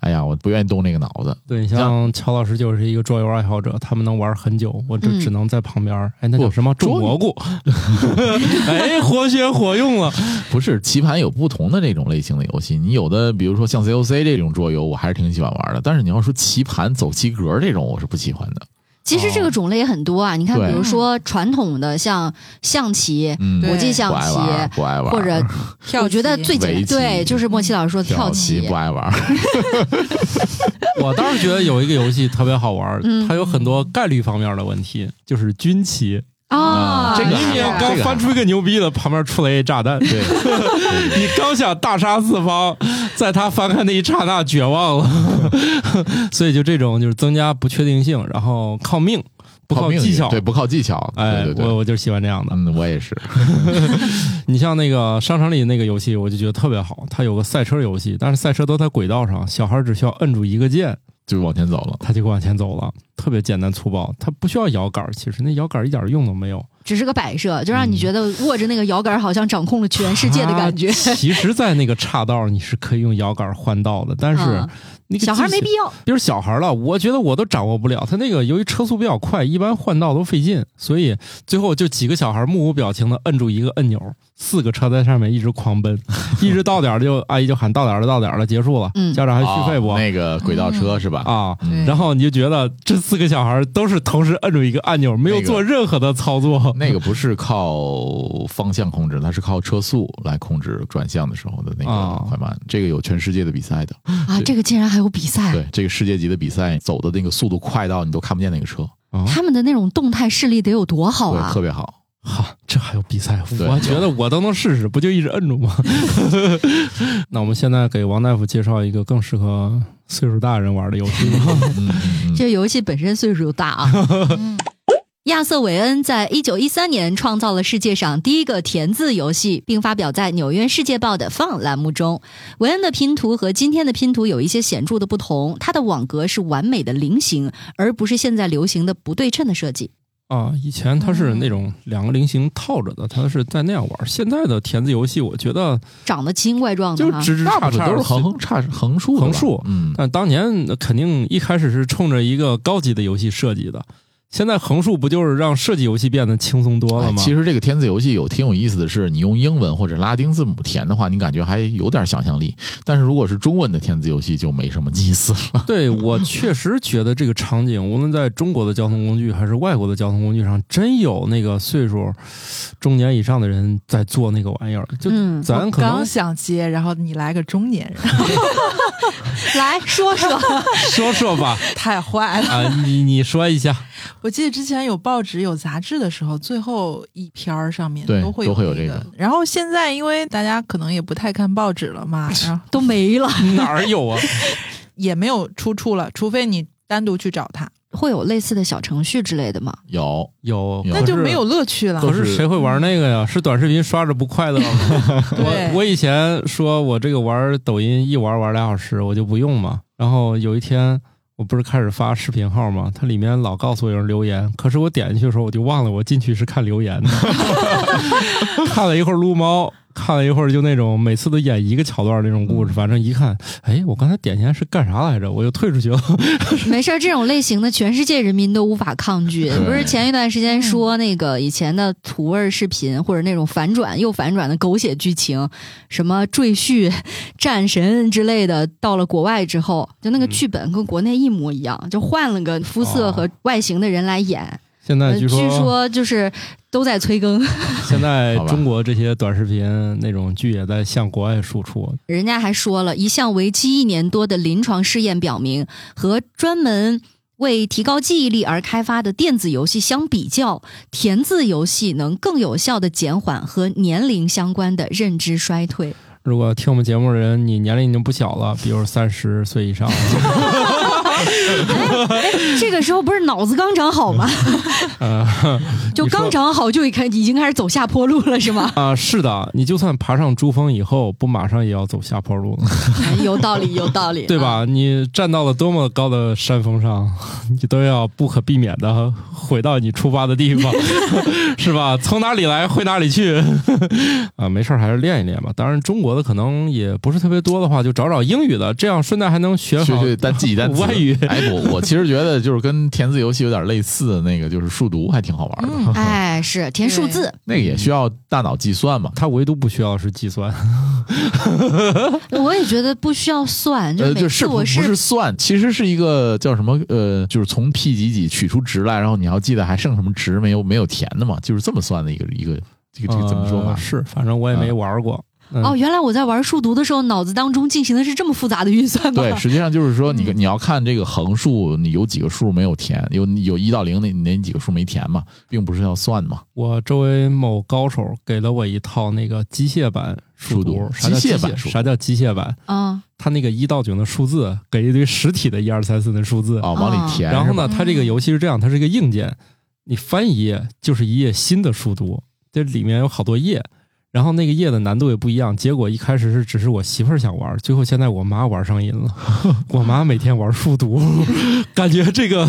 哎呀，我不愿意动那个脑子。
对，你像乔老师就是一个桌游爱好者，他们能玩很久，我就
嗯
只能在旁边儿。哎，那叫
不
什么种
桌游
蘑
[LAUGHS]
菇？哎，活学活用了。
不是棋盘有不同的这种类型的游戏，你有的比如说像 COC 这种桌游，我还是挺喜欢玩的。但是你要说棋盘走棋格这种，我是不喜欢的。
其实这个种类也很多啊，你看，
哦对
比如说传统的像象棋、
嗯，
对
国际
不
象
爱玩，
棋，
不爱玩，
或者
跳
我觉得
棋
最简
围棋
对，就是莫奇老师说的
跳
跳棋，
不爱玩。
[LAUGHS] 我倒是觉得有一个游戏特别好玩儿，
嗯
它有很多概率方面的问题，就是军棋。
啊，
嗯这个
你
还
也
好这
刚
个还
翻出一个牛逼的，旁边出来一炸弹，
对，
你刚想大杀四方，在他翻开那一刹那绝望了， [LAUGHS] 所以就这种就是增加不确定性，然后靠命， [LAUGHS] 不
靠命运
技巧。
对，不靠技巧，
哎，
对对
我
对。
我就喜欢这样的。
嗯，我也是。
你像那个商场里那个游戏，我就觉得特别好，它有个赛车游戏，但是赛车都在轨道上，小孩只需要摁住一个键，
就往前走了。
他就往前走了，特别简单粗暴，他不需要摇杆，其实那摇杆一点用都没有。
只是个摆设，就让
嗯
你觉得握着那个摇杆好像掌控了全世界的感
啊
觉。
它其实，在那个岔道你是可以用摇杆换道的，但是
嗯
那个
小孩
技
没
巧
必要，
比如小孩儿了，我觉得我都掌握不了。他那个由于车速比较快，一般换道都费劲，所以最后就几个小孩儿目无表情的摁住一个按钮，四个车在上面一直狂
[LAUGHS]
奔，一直到点儿就阿姨就喊到点儿了，到点儿了，结束了。
嗯
家长还续费不？
哦那个轨道车是吧？
啊，
嗯
对
然后你就觉得这四个小孩儿都是同时摁住一个按钮，没有
那个
做任何的操作。
那个不是靠方向控制，它是靠车速来控制转向的时候的那
啊
个快慢。这个有全世界的比赛的，
啊，这个竟然还有比赛，
对，这个世界级的比赛走的那个速度快到你都看不见那个车，
啊
他们的那种动态视力得有多好
哦对，
啊
特！别好。
哈，这还有比赛？
对
我觉得我都能试试，不就一直摁住
[LAUGHS]
吗？ [LAUGHS] 那我们现在给王大夫介绍一个更适合岁数大人玩的游戏吧。
嗯，嗯嗯
这游戏本身岁数就大啊。亚瑟·韦恩在1913年创造了世界上第一个填字游戏，并发表在《纽约世界报》的 Fun 栏目中。韦恩的拼图和今天的拼图有一些显著的不同，它的网格是完美的菱形，而不是现在流行的不对称的设计。
啊，以前它
嗯
是那种两个菱形套着的，它是在那样玩儿。现在的填字游戏，我觉得
长得奇形怪状的
就
哈，
是直直
嗯大
叉
部分
叉
都是横叉横竖的吧
横竖
嗯，
但当年肯定一开始是冲着一个高级的游戏设计的，现在横竖不就是让设计游戏变得轻松多了
哎
吗？
其实这个填字游戏有挺有意思的是，你用英文或者拉丁字母填的话，你感觉还有点想象力；但是如果是中文的填字游戏，就没什么
[LAUGHS]
意思了。 [LAUGHS]
对我确实觉得这个场景，无论在中国的交通工具还是外国的交通工具上，真有那个岁数中年以上的人在做那个玩意儿。就
嗯
咱
我
可能
刚想接，然后你来个中年 [LAUGHS] 人，
来说说，
说说吧，
太坏了。
啊，
哎
你你说一
[LAUGHS]
下，
我记得之前有报纸、有杂志的时候，最后一篇儿上面
对
都会
都会有
这
这个。
然后现在因为大家可能也不太看报纸了
[LAUGHS]
嘛，然后
都没了。
哪儿有啊？
也没有出处了，除非你单独去找
[LAUGHS]
它，
会有类似的小程序之类的吗？
有，
有，
有
那就没有乐趣了
可。
就是
是谁会玩那个呀？是短视频刷着不快
[LAUGHS]
乐吗？
对
我我以前说我这个玩抖音一玩玩俩小时，我就不用嘛。然后有一天我不是开始发视频号嘛，它里面老告诉我有人留言，可是我点进去的时候我就忘了我进去是看留言的， [LAUGHS] 看了一会儿撸猫。看了一会儿，就那种每次都演一个桥段那种
嗯
故事，反正一看，哎，我刚才点进来是干啥来着？我又退出去了。 [LAUGHS]
[LAUGHS] 没事儿，这种类型的全世界人民都无法抗拒。
对
不是前一段时间说那个以前的土味儿视频，或者那种反转又反转的狗血剧情，什么赘婿、战神之类的，到了国外之后，就那个
嗯
剧本跟国内一模一样，就换了个肤色和外形的人来演。
现在
呃
据
据
说，
说就是都在催更，
现在
好吧
中国这些短视频那种剧也在向国外输出。
人家还说了一项为期一年多的临床试验表明，和专门为提高记忆力而开发的电子游戏相比较，填字游戏能更有效地减缓和年龄相关的认知衰退。
如果听我们节目的人，你年龄已经不小了，比如三十岁以上，
[LAUGHS] 这个时候不是脑子刚长好吗？ [LAUGHS]
呃，
就
你说
刚长好就已开已经开始走下坡路了，是 [LAUGHS] 吗？
啊、是的，你就算爬上珠峰以后，不马上也要走下坡路了，
哎有道理，有道理，
对吧？你站到了多么高的山峰上， [LAUGHS] 你都要不可避免的回到你出发的地方， [LAUGHS] 是吧？从哪里来，回哪里去， [LAUGHS] 啊，没事儿还是练一练吧。当然，中国的可能也不是特别多的话，就找找英语的，这样顺带还能学好
学学单记
[LAUGHS]
忆单词
外语。
哎，我我其实觉得就是跟填字游戏有点类似的那个，就是数独还挺好玩的，
[LAUGHS] 嗯，
哎，是填数字，
那个也需要大脑计算嘛。
它唯独不需要是计算，
我也觉得不需要算，就
呃，
每
就
次
是不
我
不
是
是算，其实是一个叫什么呃，就是从 P 几几取出值来，然后你要记得还剩什么值没有没有填的嘛，就是这么算的一个一个 [LAUGHS] 这个这个怎么说
吧？
法？
啊呃是，反正我也没玩过。嗯
哦，原来我在玩数独的时候，脑子当中进行的是这么复杂的运算吗？
对，实际上就是说你，
嗯
你要看这个横数，你有几个数没有填，有有一到零那那几个数没填嘛，并不是要算嘛。
我周围某高手给了我一套那个机械版数
数
独
独，
啥叫
机械版数独
啥叫机械版？
啊，
它那个一到九的数字给一堆实体的一二三四的数字，
啊，
哦
往里填。
然后
是吧？
呢，它这个游戏是这样，它是一个硬件，你翻一页就是一页新的数独，这里面有好多页。然后那个页的难度也不一样，结果一开始是只是我媳妇儿想玩，最后现在我妈玩上瘾
[LAUGHS]
了。我妈每天玩数独， [LAUGHS] 感觉这个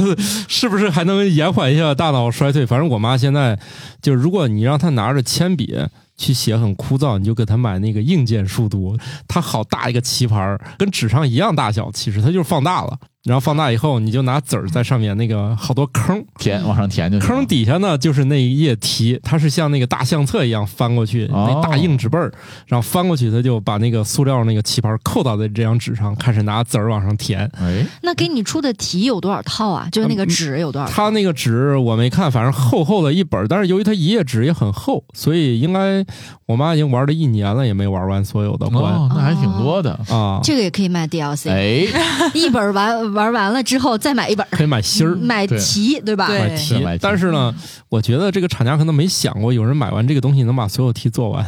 是不是还能延缓一下大脑衰退？反正我妈现在就是，如果你让她拿着铅笔去写很枯燥，你就给她买那个硬件数独，它好大一个棋盘儿，跟纸上一样大小，其实它就是放大了。然后放大以后，你就拿子儿在上面那个好多坑，
填往上填就行了
坑底下呢就是那一页题，它是像那个大相册一样翻过去，
哦
那大硬纸背儿，然后翻过去，它就把那个塑料那个棋盘扣到在这张纸上，开始拿子儿往上填。
哎，
那给你出的题有多少套啊？就是那个纸有多少套？
它那个纸我没看，反正厚厚的一本儿，但是由于它一页纸也很厚，所以应该我妈已经玩了一年了，也没玩完所有的关
哦，那还挺多的。
嗯
啊，
这个也可以卖 DLC，
哎，
一本玩玩完了之后再买一本，
[LAUGHS] 可以买芯儿。
买
对
题对吧？
对
买题
对买，题
但是呢，我觉得这个厂家可能没想过有人买完这个东西能把所有题做完，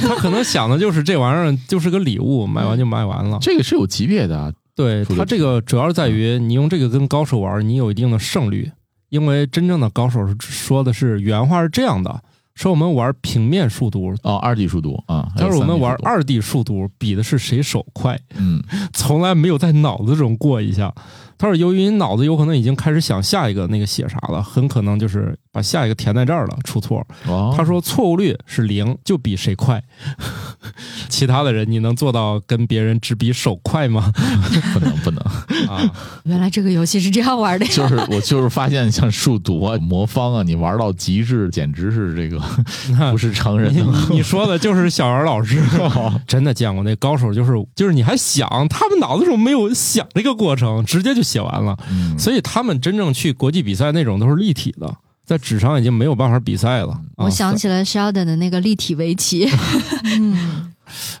他可能想的就是这玩意儿就是个礼物，买完就卖完了。
这个是有级别的啊。
对
出的嗯
它这个主要在于你用这个跟高手玩，你有一定的胜率，因为真正的高手是说的是原话是这样的，说我们玩平面数独。
哦，二级数独啊，还有
但是我
三
们
级
玩
数独，
二 D 数独，比的是谁手快，
嗯，
从来没有在脑子中过一下。他说，由于你脑子有可能已经开始想下一个那个写啥了，很可能就是把下一个填在这儿了，出错。
哦，
他说错误率是零，就比谁快。 [LAUGHS] 其他的人你能做到跟别人只比手快吗？
不能不能，
[LAUGHS] 啊，
原来这个游戏是这样
[LAUGHS]
玩的呀。
就是我就是发现像数独啊、魔方啊，你玩到极致，简直是
[LAUGHS]
这个不是常人啊
你
能
你你说的就是小袁老
[LAUGHS]
师，真的见过那高手，就是就是你还想，他们脑子中没有想这个过程，直接就写完了。
嗯
所以他们真正去国际比赛那种都是立体的，在纸上已经没有办法比赛了。啊
我想起了 Sheldon 的那个立体围棋，
嗯，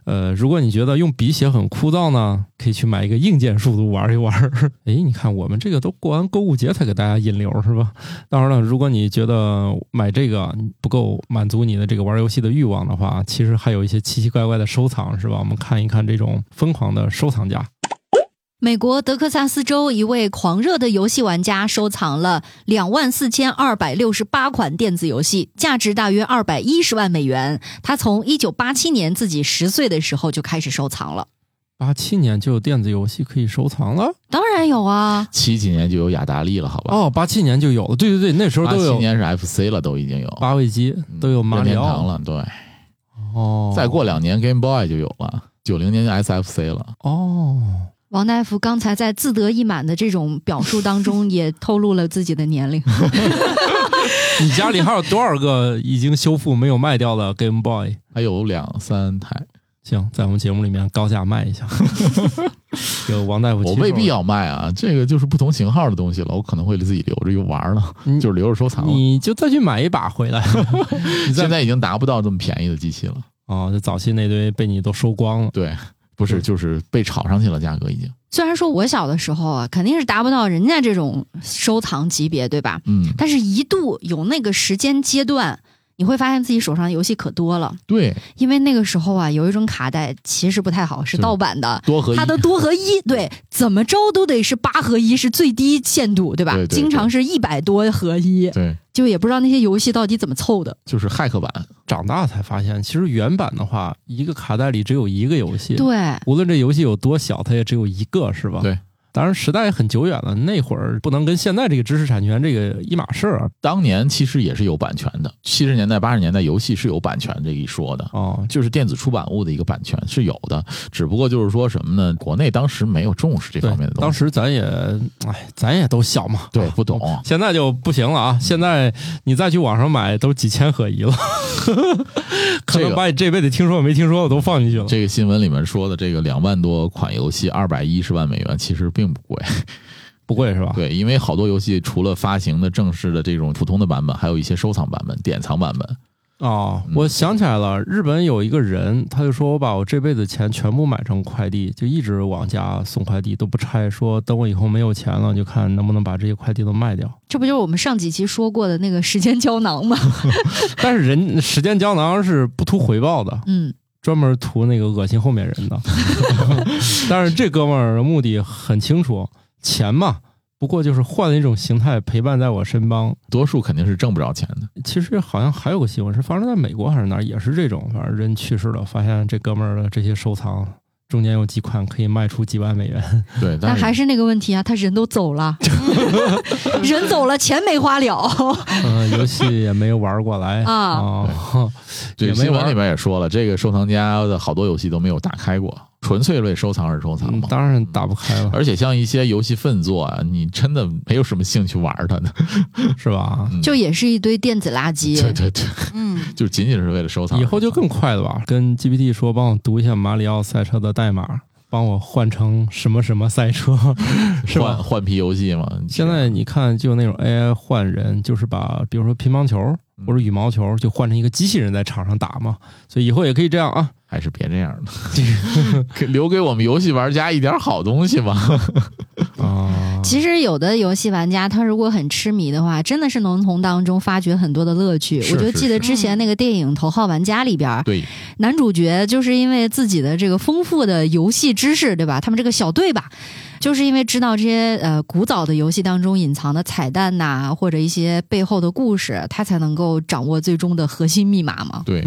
呃，如果你觉得用笔写很枯燥呢，可以去买一个硬件数独玩一玩。 [LAUGHS] 哎，你看我们这个都过完购物节才给大家引流是吧？当然了，如果你觉得买这个不够满足你的这个玩游戏的欲望的话，其实还有一些奇奇怪怪的收藏是吧？我们看一看这种疯狂的收藏家。
美国德克萨斯州一位狂热的游戏玩家收藏了两万四千二百六十八款电子游戏，价值大约二百一十万美元。他从一九八七年自己十岁的时候就开始收藏了。
八七年就有电子游戏可以收藏了
当然有啊，
七几年就有雅达利了，好吧？
哦，八七年就有了，对对对，那时候
八
都
七
有
年是 FC 了，都已经有嗯
八位机，都有马
任
里
天堂
奥
了，对。
哦，
再过两年 Game Boy 就有了，九零年就 SFC 了。
哦，
[LAUGHS] 王大夫刚才在自得意满的这种表述当中，也透露了自己的年 [LAUGHS] 龄。
你家里还有多少个已经修复没有卖掉的 Game Boy？ [LAUGHS]
还有两三台，
行，在我们节目里面高价卖一下。 [LAUGHS] 有王大夫，
我未必。要卖啊，这个就是不同型号的东西了，我可能会自己留着用玩了，
嗯
就是留着收藏了。
你就再去买一把回来 [LAUGHS]
现在已经达不到这么便宜的机器了，
哦，就早期那堆被你都收光了。
对，不是
对
就是被炒上去了，价格已经，
虽然说我小的时候啊，肯定是达不到人家这种收藏级别，对吧？
嗯，
但是一度有那个时间阶段，你会发现自己手上的游戏可多了，
对，
因为那个时候啊，有一种卡带其实不太好，是
是
盗版的，
多合一
它的多
[LAUGHS]
合一，对，怎么着都得是八合一，是最低限度，对吧？
对对对
经常是一百多合一，
对，
就也不知道那些游戏到底怎么凑的。
就是骇客版，
长大才发现，其实原版的话，一个卡带里只有一个游戏，
对，
无论这游戏有多小，它也只有一个，是吧？
对。
当然，时代很久远了，那会儿不能跟现在这个知识产权这个一码事儿啊
当年其实也是有版权的，七十年代八十年代游戏是有版权这一说的。
哦。
就是电子出版物的一个版权是有的，只不过就是说什么呢？国内当时没有重视这
对
方面的，东西。
当时咱也，哎，咱也都小嘛，
对不懂
[LAUGHS] 现在就不行了啊！现在你再去网上买，都几千合一了， [LAUGHS] 可
这
能
个
把你这辈子听说没听说的都放进去了。
这个新闻里面说的这个两万多款游戏，二百一十万美元，其实并不贵。
不贵是吧？
对，因为好多游戏除了发行的正式的这种普通的版本，还有一些收藏版本、典藏版本。
哦，
嗯
我想起来了，日本有一个人，他就说我把我这辈子钱全部买成快递，就一直往家送快递都不拆，说等我以后没有钱了，就看能不能把这些快递都卖掉。
这不就是我们上几期说过的那个时间胶囊吗？
[LAUGHS]
但是人时间胶囊是不图回报的，
嗯，
专门图那个恶心后面人的。但是这哥们儿的目的很清楚，钱嘛，不过就是换了一种形态陪伴在我身帮。
多数肯定是挣不着钱的，
其实好像还有个新闻是发生在美国还是哪儿，也是这种，反正人去世了，发现这哥们儿的这些收藏中间有几款可以卖出几万美元。
对，
但
但
还
是
是那个问题啊，他人都
[LAUGHS]
走了，人走了，钱没花了。 [LAUGHS]
嗯，游戏也没玩过来
啊
啊，
对
也没
新闻
玩
里面也说了，这个收藏家的好多游戏都没有打开过，纯粹为收藏而收
[LAUGHS]
藏
嗯
嘛。
当然打不开了，
而且像一些游戏分作啊，你真的没有什么兴趣玩它的，
是吧？
嗯
就也是一堆电子垃圾。
对对对，
嗯，
就仅仅是为了收藏。
以后就更快了吧？跟 GPT 说，帮我读一下马里奥赛车的代码，帮我换成什么什么赛
[LAUGHS]
车，是吧
换？换皮游戏嘛。
现在你看，就那种 AI 换人，就是把比如说乒乓球
嗯
或者羽毛球，就换成一个机器人在场上打嘛。所以以后也可以这样啊。
还是别这样了， [LAUGHS] 给留给我们游戏玩家一点好东西吧。 [LAUGHS] 嗯
啊，
其实有的游戏玩家，他如果很痴迷的话，真的是能从当中发掘很多的乐趣。
是
我就是记得
是
之前那个电影《头号玩家》里边儿，
对，
男主角就是因为自己的这个丰富的游戏知识，对吧？他们这个小队吧，就是因为知道这些呃古早的游戏当中隐藏的彩蛋呐、或者一些背后的故事，他才能够掌握最终的核心密码嘛。
对，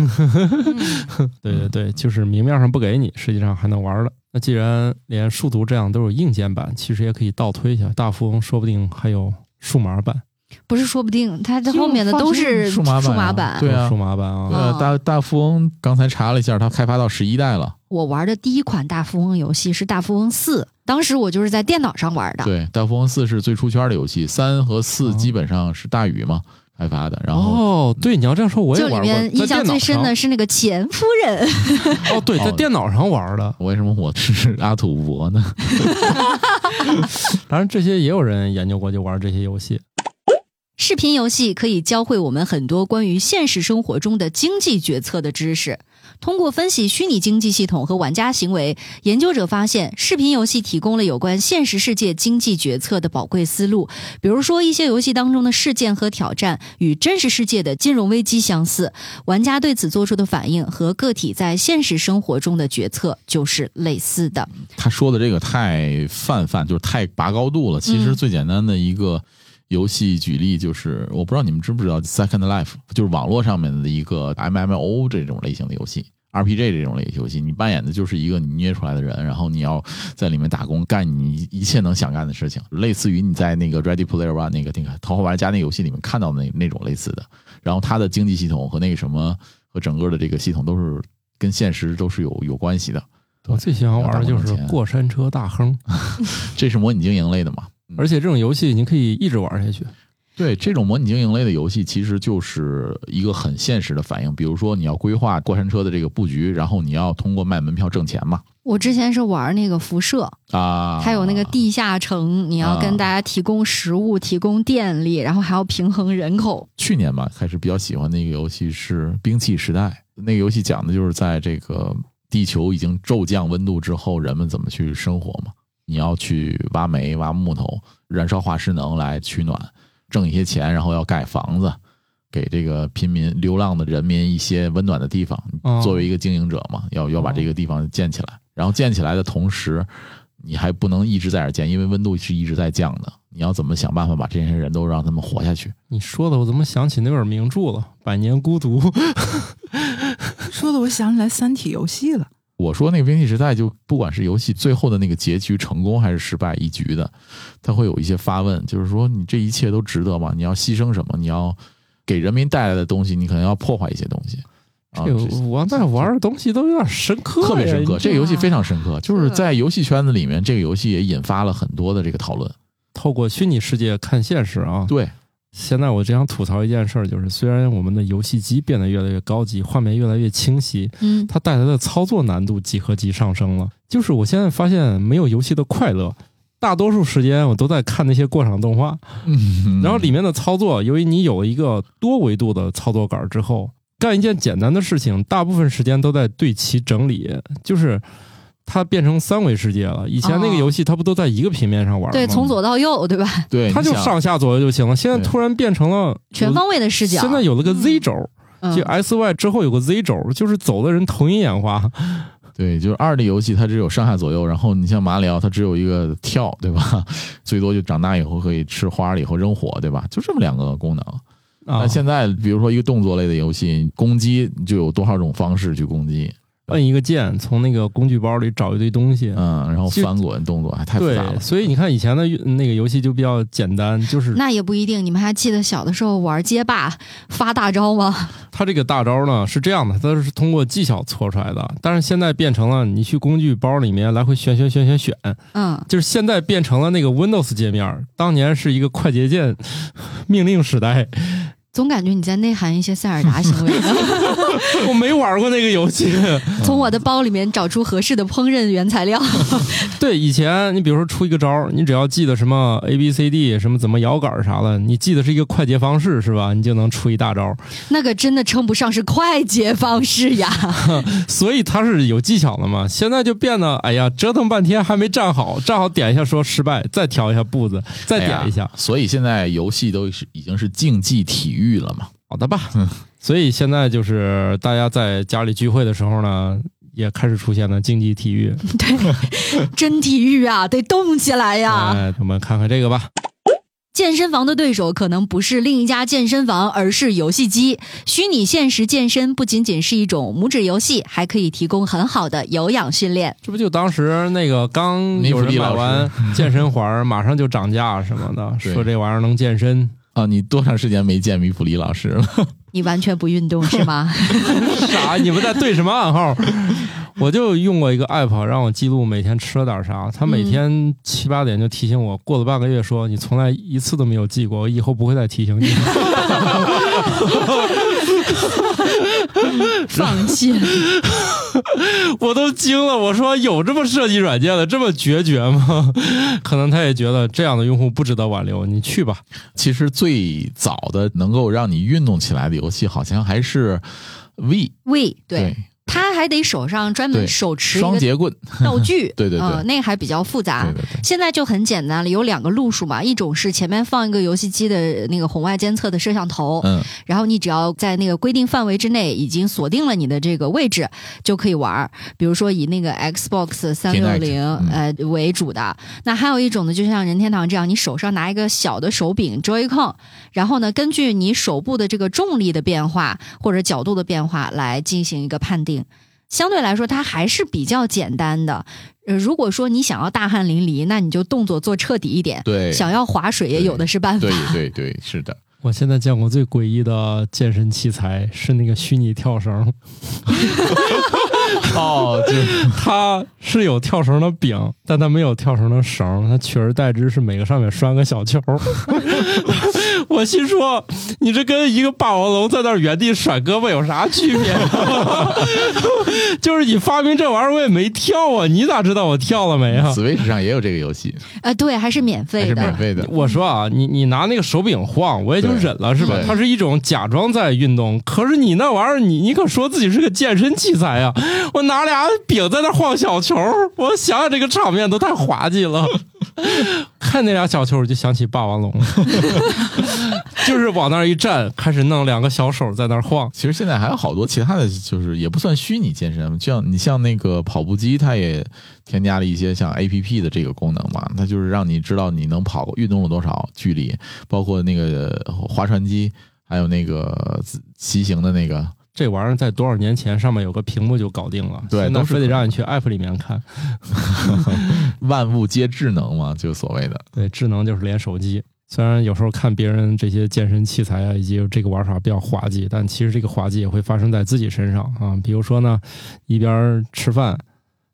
对对对，就是明面上不给你，实际上还能玩了。那既然连数独这样都有硬件版，其实也可以倒推一下，大富翁说不定还有数码版，
不是，说不定他这后面的都是
数码版啊
版
对啊
有数码版
对
啊。
啊，大大富翁刚才查了一下，它开发到十一代了。
我玩的第一款大富翁游戏是《大富翁四》，当时我就是在电脑上玩的。
对，大富翁四是最出圈的游戏，三和四
哦
基本上是大宇嘛开发的。然后
哦，对，你要这样说，我也
就
玩
里
过。
面印
在
象
电脑
最深
上
的是那个钱夫人， [LAUGHS]
哦，对，在
哦
电脑上玩的。
为什么我是阿土伯呢？
当然，这些也有人研究过，就玩这些游戏。
视频游戏可以教会我们很多关于现实生活中的经济决策的知识。通过分析虚拟经济系统和玩家行为，研究者发现，视频游戏提供了有关现实世界经济决策的宝贵思路。比如说，一些游戏当中的事件和挑战与真实世界的金融危机相似，玩家对此做出的反应和个体在现实生活中的决策就是类似的。
他说的这个太泛泛，就是太拔高度了。其实
嗯
最简单的一个游戏举例就是，我不知道你们知不知道《Second Life》，就是网络上面的一个 MMO 这种类型的游戏。RPG 这种类游戏，你扮演的就是一个你捏出来的人，然后你要在里面打工，干你一切能想干的事情，类似于你在那个 Ready Player One 那个那个头号玩家那游戏里面看到的那那种类似的。然后它的经济系统和那个什么和整个的这个系统都是跟现实都是有有关系的。
我最喜欢玩的就是过山车大亨，
嗯这是模拟经营类的嘛？
而且这种游戏你可以一直玩下去。
对这种模拟经营类的游戏，其实就是一个很现实的反应。比如说，你要规划过山车的这个布局，然后你要通过卖门票挣钱嘛？
我之前是玩那个辐射，
啊，
还有那个地下城，你要跟大家提供食物、提供电力，然后还要平衡人口。
去年吧，开始比较喜欢的一个游戏是《兵器时代》。那个游戏讲的就是在这个地球已经骤降温度之后，人们怎么去生活嘛？你要去挖煤、挖木头，燃烧化石能来取暖，挣一些钱，然后要盖房子，给这个贫民、流浪的人民一些温暖的地方。
哦
嗯作为一个经营者嘛，要要把这个地方建起来，然后建起来的同时，你还不能一直在这儿建，因为温度是一直在降的。你要怎么想办法把这些人都让他们活下去？
你说的我怎么想起那本名著了，《百年孤独》
说的我想起来《三体》游戏了。
我说那个《冰器时代》，就不管是游戏最后的那个结局成功还是失败一局的，他会有一些发问，就是说你这一切都值得吗？你要牺牲什么？你要给人民带来的东西，你可能要破坏一些东西。啊，
这个 [LAUGHS] 我在玩的东西都有点深刻呀，
特别深刻，
你
这个游戏非常深刻，就是在游戏圈子里面，这个游戏也引发了很多的这个讨论。
透过虚拟世界看现实啊。
对，
现在我只想吐槽一件事儿，就是虽然我们的游戏机变得越来越高级，画面越来越清晰，
嗯，
它带来的操作难度几何级上升了。就是我现在发现没有游戏的快乐，大多数时间我都在看那些过场动画，[LAUGHS]
嗯
然后里面的操作，由于你有一个多维度的操作杆之后，干一件简单的事情，大部分时间都在对其整理，就是它变成三维世界了。以前那个
哦
游戏它不都在一个平面上玩吗？
对，从左到右，对吧？
对，
它
你
就
想
上下左右就行了。现在
对
突然变成了
全方位的视角。
现在有了个 Z 轴，
嗯
就 S Y 之后有个 Z 轴，就是走的人头晕眼花。
对，就是二 D 游戏它只有上下左右，然后你像马里奥它只有一个跳，对吧？最多就长大以后可以吃花了以后扔火，对吧？就这么两个功能。
啊
那，现在比如说一个动作类的游戏，攻击就有多少种方式去攻击，
摁一个键，从那个工具包里找一堆东西。
嗯，然后
就
翻滚动作还太复杂
对，
了。
所以你看以前的那个游戏就比较简单，就是
那也不一定。你们还记得小的时候玩街霸发大招吗？
它这个大招呢是这样的，它是通过技巧搓出来的，但是现在变成了你去工具包里面来回选选选选选，
嗯，
就是现在变成了那个 Windows 界面，当年是一个快捷键命令时代。
总感觉你在内涵一些塞尔达行为
[LAUGHS]
呢。
我没玩过那个游戏。 [LAUGHS]
从我的包里面找出合适的烹饪原材料。 [LAUGHS]
对，以前你比如说出一个招儿，你只要记得什么 A B C D 什么怎么摇杆儿啥的，你记得是一个快捷方式是吧？你就能出一大招儿。
那个真的称不上是快捷方式呀。
所以它是有技巧的嘛。现在就变得，哎呀，折腾半天还没站好，站好点一下说失败，再调一下步子，再点一下
哎呀，所以现在游戏都是已经是竞技体育了嘛。
好的吧。
嗯
所以现在就是大家在家里聚会的时候呢，也开始出现了竞技体育。
真体育啊，得动起来呀！
哎，我们看看这个吧。
健身房的对手可能不是另一家健身房，而是游戏机。虚拟现实健身不仅仅是一种拇指游戏，还可以提供很好的有氧训练。
这不就当时那个刚
尼
有
普
人
利
买
老师嗯
完健身环儿，马上就涨价什么的，
[LAUGHS] 对
说这玩意儿能健身。
啊，你多长时间没见米普利老师了？ [LAUGHS]
你完全不运动是吗？
[LAUGHS] 啥？你们在对什么暗号？ [LAUGHS] 我就用过一个 app 让我记录每天吃了点啥，他每天七八点就提醒我，过了半个月说你从来一次都没有记过，我以后不会再提醒你。
[LAUGHS] 放弃。
[LAUGHS] 我都惊了，我说有这么设计软件的这么决绝吗？ [LAUGHS] 可能他也觉得这样的用户不值得挽留，你去吧。
其实最早的能够让你运动起来的游戏，好像还是 V，
喂，对，他还得手上专门
对
手持一
双
个
节棍，
道具，
[LAUGHS] 对对对
呃那个还比较复杂。
对对对，
现在就很简单了，有两个路数嘛，一种是前面放一个游戏机的那个红外监测的摄像头，
嗯，
然后你只要在那个规定范围之内已经锁定了你的这个位置，就可以玩儿。比如说以那个 Xbox 三六
Kinect，
零
嗯
呃为主的。那还有一种呢，就像任天堂这样，你手上拿一个小的手柄 Joy-Con，然后呢，根据你手部的这个重力的变化或者角度的变化来进行一个判定。相对来说，它还是比较简单的。呃，如果说你想要大汗淋漓，那你就动作做彻底一点。
对
想要划水也有的是办法。
对对对，
[LAUGHS]
是的，
我现在见过最诡异的健身器材是那个虚拟跳绳，
哦， [LAUGHS] 就是
它是有跳绳的柄，但它没有跳绳的绳，它取而代之是每个上面拴个小球。我心说，你这跟一个霸王龙在那儿原地甩胳膊有啥区别、就是你发明这玩意儿，我也没跳啊，你咋知道我跳了没啊？
Switch 上也有这个游戏，
呃，对，还是免
还
费
是
的。
免费的。
我说啊，你你拿那个手柄晃，我也就
对
忍了，是吧？
对
它是一种假装在运动，可是你那玩意儿，你你可说自己是个健身器材啊！ [LAUGHS] 我拿俩饼在那晃小球，我想想这个场面都太 [LAUGHS] 滑稽了。看那俩小球，我就想起霸王龙了。 [LAUGHS] 就是往那儿一站，开始弄两个小手在那儿晃。
其实现在还有好多其他的，就是也不算虚拟健身，像你像那个跑步机，它也添加了一些像 A P P 的这个功能嘛，它就是让你知道你能跑运动了多少距离，包括那个划船机，还有那个自骑行的那个，
这玩意儿在多少年前上面有个屏幕就搞定了，
对
现在
都是
非得
可
让你去 app 里面看。
万物皆智能嘛，就所谓的。
对，智能就是连手机。虽然有时候看别人这些健身器材啊，以及这个玩法比较滑稽，但其实这个滑稽也会发生在自己身上啊。比如说呢，一边儿吃饭，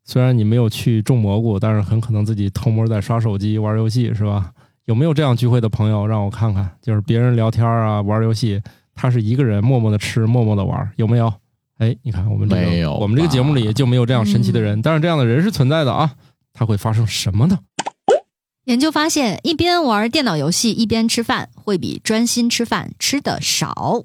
虽然你没有去种蘑菇，但是很可能自己偷摸在刷手机、玩游戏，是吧？有没有这样聚会的朋友？让我看看，就是别人聊天啊、玩游戏，他是一个人默默的吃、默默的玩，有没有？哎，你看我们这个
没有
我们这个节目里就没有这样神奇的人，但是这样的人是存在的啊。他会发生什么呢？
研究发现，一边玩电脑游戏一边吃饭，会比专心吃饭吃的少，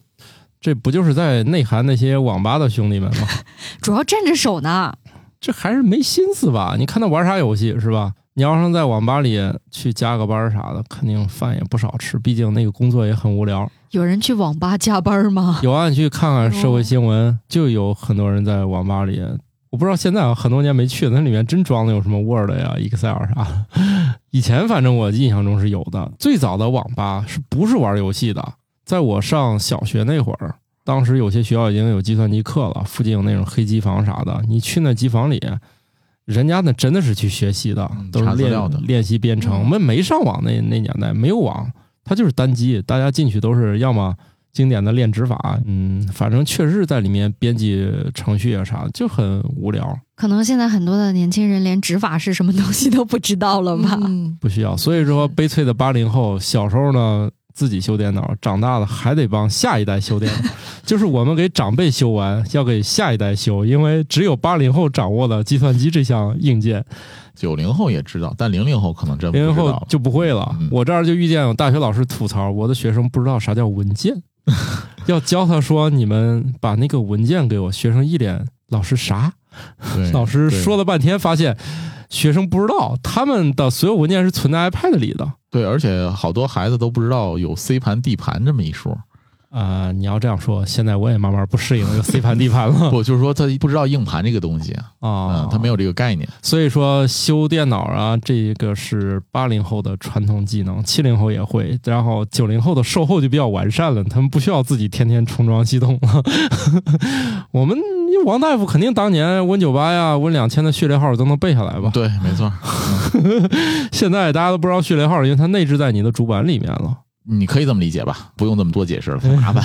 这不就是在内涵那些网吧的兄弟们吗？ [LAUGHS]
主要站着手呢。
这还是没心思吧？你看他玩啥游戏是吧？你要是在网吧里去加个班儿啥的，肯定饭也不少吃，毕竟那个工作也很无聊。
有人去网吧加班吗？
有啊，你去看看社会新闻，就有很多人在网吧里。我不知道现在啊，很多年没去，那里面真装的有什么 Word 呀、Excel 啥的。以前反正我印象中是有的。最早的网吧是不是玩游戏的？在我上小学那会儿，当时有些学校已经有计算机课了，附近有那种黑机房啥的。你去那机房里，人家那真的是去学习的
嗯，
都是
查资
练
料的
练习编程。我们没上网那那年代，没有网，它就是单机，大家进去都是要么经典的练指法，嗯，反正确实是在里面编辑程序啊啥的，就很无聊，
可能现在很多的年轻人连指法是什么东西都不知道了吧？
嗯，
不需要。所以说，悲催的八零后小时候呢自己修电脑，长大了还得帮下一代修电
[LAUGHS]
脑，就是我们给长辈修完，要给下一代修，因为只有八零后掌握了计算机这项硬件，
九零后也知道，但零零后可能真不
零零
知
后
道。
就不会了
嗯。
我这儿就遇见有大学老师吐槽，我的学生不知道啥叫文
[LAUGHS]
件，要教他说你们把那个文件给我，学生一脸老师啥？
对
老师说
的
了半天，发现学生不知道他们的所有文件是存在 iPad 里的。
对，而且好多孩子都不知道有 C 盘、D 盘这么一说。
啊、你要这样说，现在我也慢慢不适应这个 C
[LAUGHS]
盘 D 盘了
不，就是说他不知道硬盘这个东西，
啊
嗯，，他没
有。
有这个概念。
所以说修电脑啊，这个是八零后的传统技能，七零后也会，然后九零后的售后就比较完善了，他们不需要自己天天重装系统了。 [LAUGHS] 我们王大夫肯定当年 Win 九八呀、Win 两千的序列号都能背下来吧？
对，没错，
现在大家都不知道序列号，因为它内置在你的主板里面了。
你可以这么理解吧，不用这么多解释了，
[LAUGHS]
麻烦。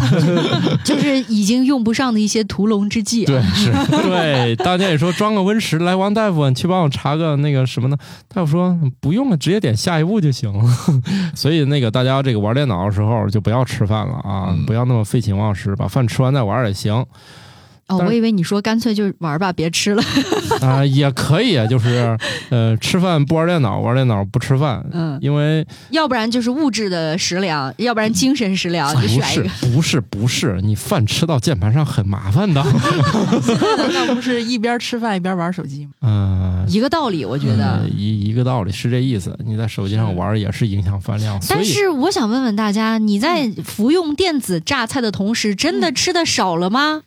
就是已经用不上的一些屠龙之计、啊。
对，是
[LAUGHS]
对，当年也说装个 Win 十，来王大夫，你去帮我查个那个什么呢？大夫说不用了，直接点下一步就行了。 [LAUGHS] 所以那个大家这个玩电脑的时候就不要吃饭了啊，
嗯
不要那么废寝忘食，把饭吃完再玩儿也行 [LAUGHS]
哦，
但是
我以为你说干脆就玩吧，别吃了。
啊、也可以，就是呃吃饭不玩电脑，玩电脑不吃饭，
嗯，
因为
要不然就是物质的食粮，要不然精神食粮，
不
就啊选一
嗯是
个。
不是不是，你饭吃到键盘上很麻烦的， [LAUGHS]
那不是一边吃饭一边玩手机
[LAUGHS]
吗？
嗯、
一个道理，我觉得。
呃一一个道理是这意思，你在手机上玩儿也是影响饭量，所
但
以。嗯
是我想问问大家，你在服用电子榨菜的同时，真的吃的少了吗？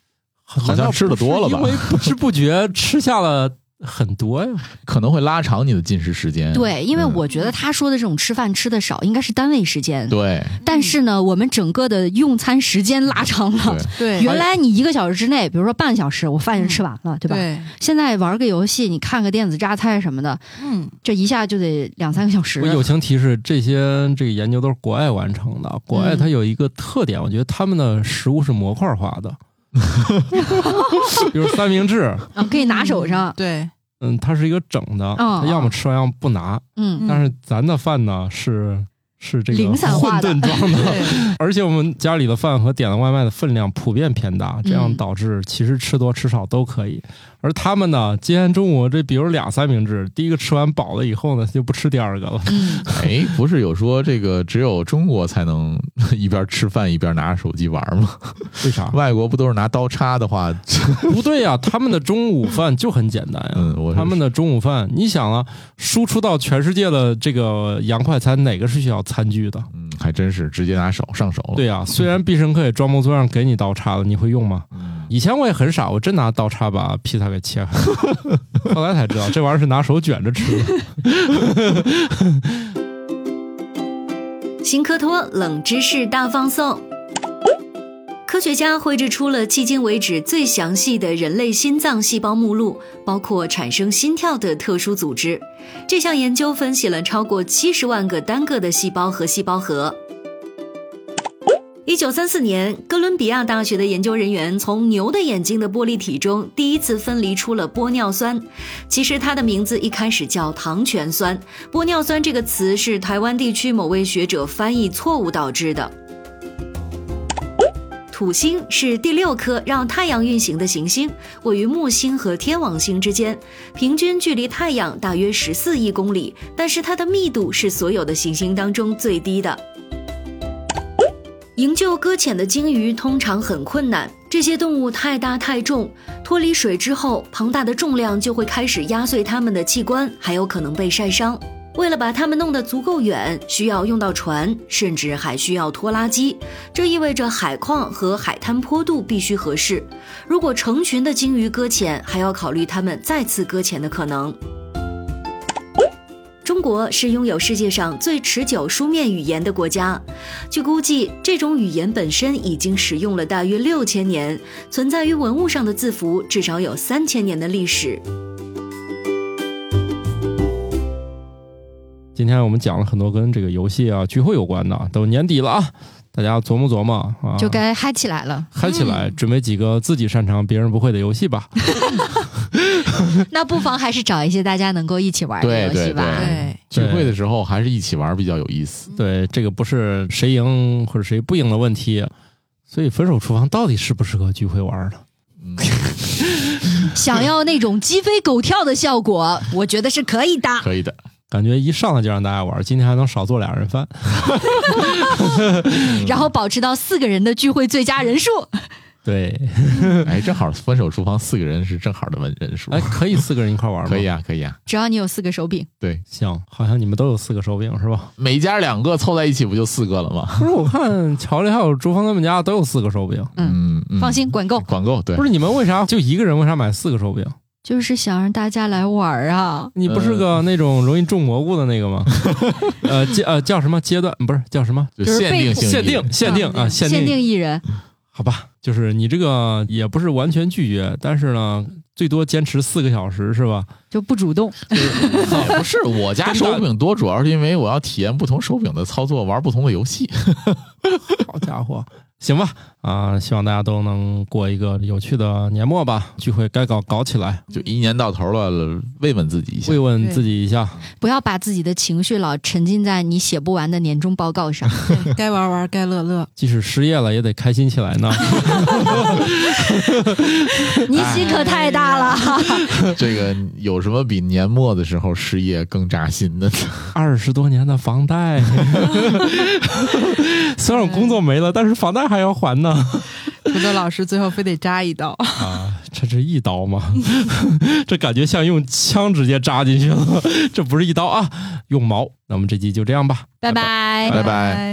好像吃得多了吧 [LAUGHS]
因为不知不觉吃下了很多呀。
可能会拉长你的进食时间。
对，因为
嗯
我觉得他说的这种吃饭吃的少，应该是单位时间。
对
但是呢，我们整个的用餐时间拉长了
对。
对
原来你一个小时之内，比如说半小时，我饭就吃完了，对吧？
对，
现在玩个游戏，你看个电子榨菜什么的，
嗯，
这一下就得两三个小时。
啊
我友情提示，这些这个研究都是国外完成的。国外
嗯
它有一个特点，我觉得他们的食物是模块化的， [LAUGHS] 比如三明治，
啊，可以拿手上， [LAUGHS]
对，
嗯，它是一个整的，
哦
它要么吃完，要么不拿。
嗯，
但是咱的饭呢是。是这个
零
混
散化的
沌装的，
对，
而且我们家里的饭和点了外卖的分量普遍偏大，这样
嗯
导致其实吃多吃少都可以。而他们呢，今天中午这比如俩三明治，第一个吃完饱了以后呢，就不吃第二个了。 [LAUGHS]
嗯，
哎，不是有说这个只有中国才能 [LAUGHS] 一边吃饭一边拿着手机玩吗？
为啥？
外国不都是拿刀叉
[LAUGHS]
的话？
不对呀、他们的中午饭就很简单呀、
嗯，我
他们的中午饭，你想啊，输出到全世界的这个洋快餐，哪个是需要餐具的？
嗯还真是直接拿手上手了。
对呀、虽然必胜客也装模作样给你刀叉了，你会用吗？
嗯
以前我也很傻，我真拿刀叉把披萨给切开了， [LAUGHS] 后来才知道这玩意儿是拿手卷着吃的。
新科托冷知识大放送。科学家绘制出了迄今为止最详细的人类心脏细胞目录，包括产生心跳的特殊组织。这项研究分析了超过七十万个单个的细胞和细胞核。一九三四年，哥伦比亚大学的研究人员从牛的眼睛的玻璃体中第一次分离出了玻尿酸。其实它的名字一开始叫糖醛酸，玻尿酸这个词是台湾地区某位学者翻译错误导致的。土星是第六颗绕太阳运行的行星，位于木星和天王星之间，平均距离太阳大约十四亿公里，但是它的密度是所有的行星当中最低的。营救搁浅的鲸鱼通常很困难，这些动物太大太重，脱离水之后，庞大的重量就会开始压碎它们的器官，还有可能被晒伤。为了把它们弄得足够远，需要用到船，甚至还需要拖拉机。这意味着海况和海滩坡度必须合适。如果成群的鲸鱼搁浅，还要考虑它们再次搁浅的可能。中国是拥有世界上最持久书面语言的国家。据估计，这种语言本身已经使用了大约六千年，存在于文物上的字符至少有三千年的历史。
哦
今天我们讲了很多跟这个游戏啊、聚会有关的，都年底了啊，大家琢磨琢磨啊，
就该嗨起来了。
嗨起来，准备几个自己擅长、别人不会的游戏
嗯
吧。
[LAUGHS] 那不妨还是找一些大家能够一起玩的
对
游戏
对
吧。
对，
聚会的时候还是一起玩比较有意思。
对，这个不是谁赢或者谁不赢的问题，所以分手厨房到底适不适合聚会玩呢？
[LAUGHS]
嗯，
想要那种鸡飞狗跳的效果，我觉得是可以的。
可以的。
感觉一上来就让大家玩，今天还能少做俩人饭。嗯
然后保持到四个人的聚会最佳人数。
对，
[LAUGHS] 哎，正好分手厨房四个人是正好的文人数
哎，，可以四个人一块玩吗？
可以啊，可以啊。
只要你有四个手柄，
对，
行，好像你们都有四个手柄是
[LAUGHS]
吧？
每家两个凑在一起不就四个了吗？
不是，我看乔丽还有朱峰他们家都有四个手柄，
嗯，嗯
放心，管够。
管够对
不。是你们为啥就一个人为啥买四个手柄？
就是想让大家来玩儿啊。
你不是个那种容易种蘑菇的那个 [LAUGHS] 吗？呃，阶呃叫什么阶段？不是叫什么？
就
就是
限
被
定性
限
一
定限定啊限
嗯限
定
定一人，
好吧，就是你这个也不是完全拒绝，但是呢，最多坚持四个小时是吧？
就不主动。
也哎不是我
[LAUGHS]
家手柄多，主要是因为我要体验不同手柄的操作，玩不同的游 [LAUGHS] 戏。
好家伙，行吧，啊、希望大家都能过一个有趣的年末吧，聚会该搞搞起来，
就一年到头了，慰问自己一下
慰。问自己一下。
不要把自己的情绪老沉浸在你写不完的年终报告
[LAUGHS]
上。
对该玩玩，该乐乐。
即使失业了，也得开心起
[LAUGHS]
来呢。
你心可太大了，
这个有什么比年末的时候失业更扎心的呢？
二十多年的房
[LAUGHS]
贷， [LAUGHS] 虽然我工作没了，但是房贷还要还呢。
土豆老师最后非得扎一刀，
啊，这是一刀吗？ [LAUGHS] 这感觉像用枪直接扎进去了， [LAUGHS] 这不是一刀啊，用矛。那我们这集就这样吧，
拜拜。
拜拜。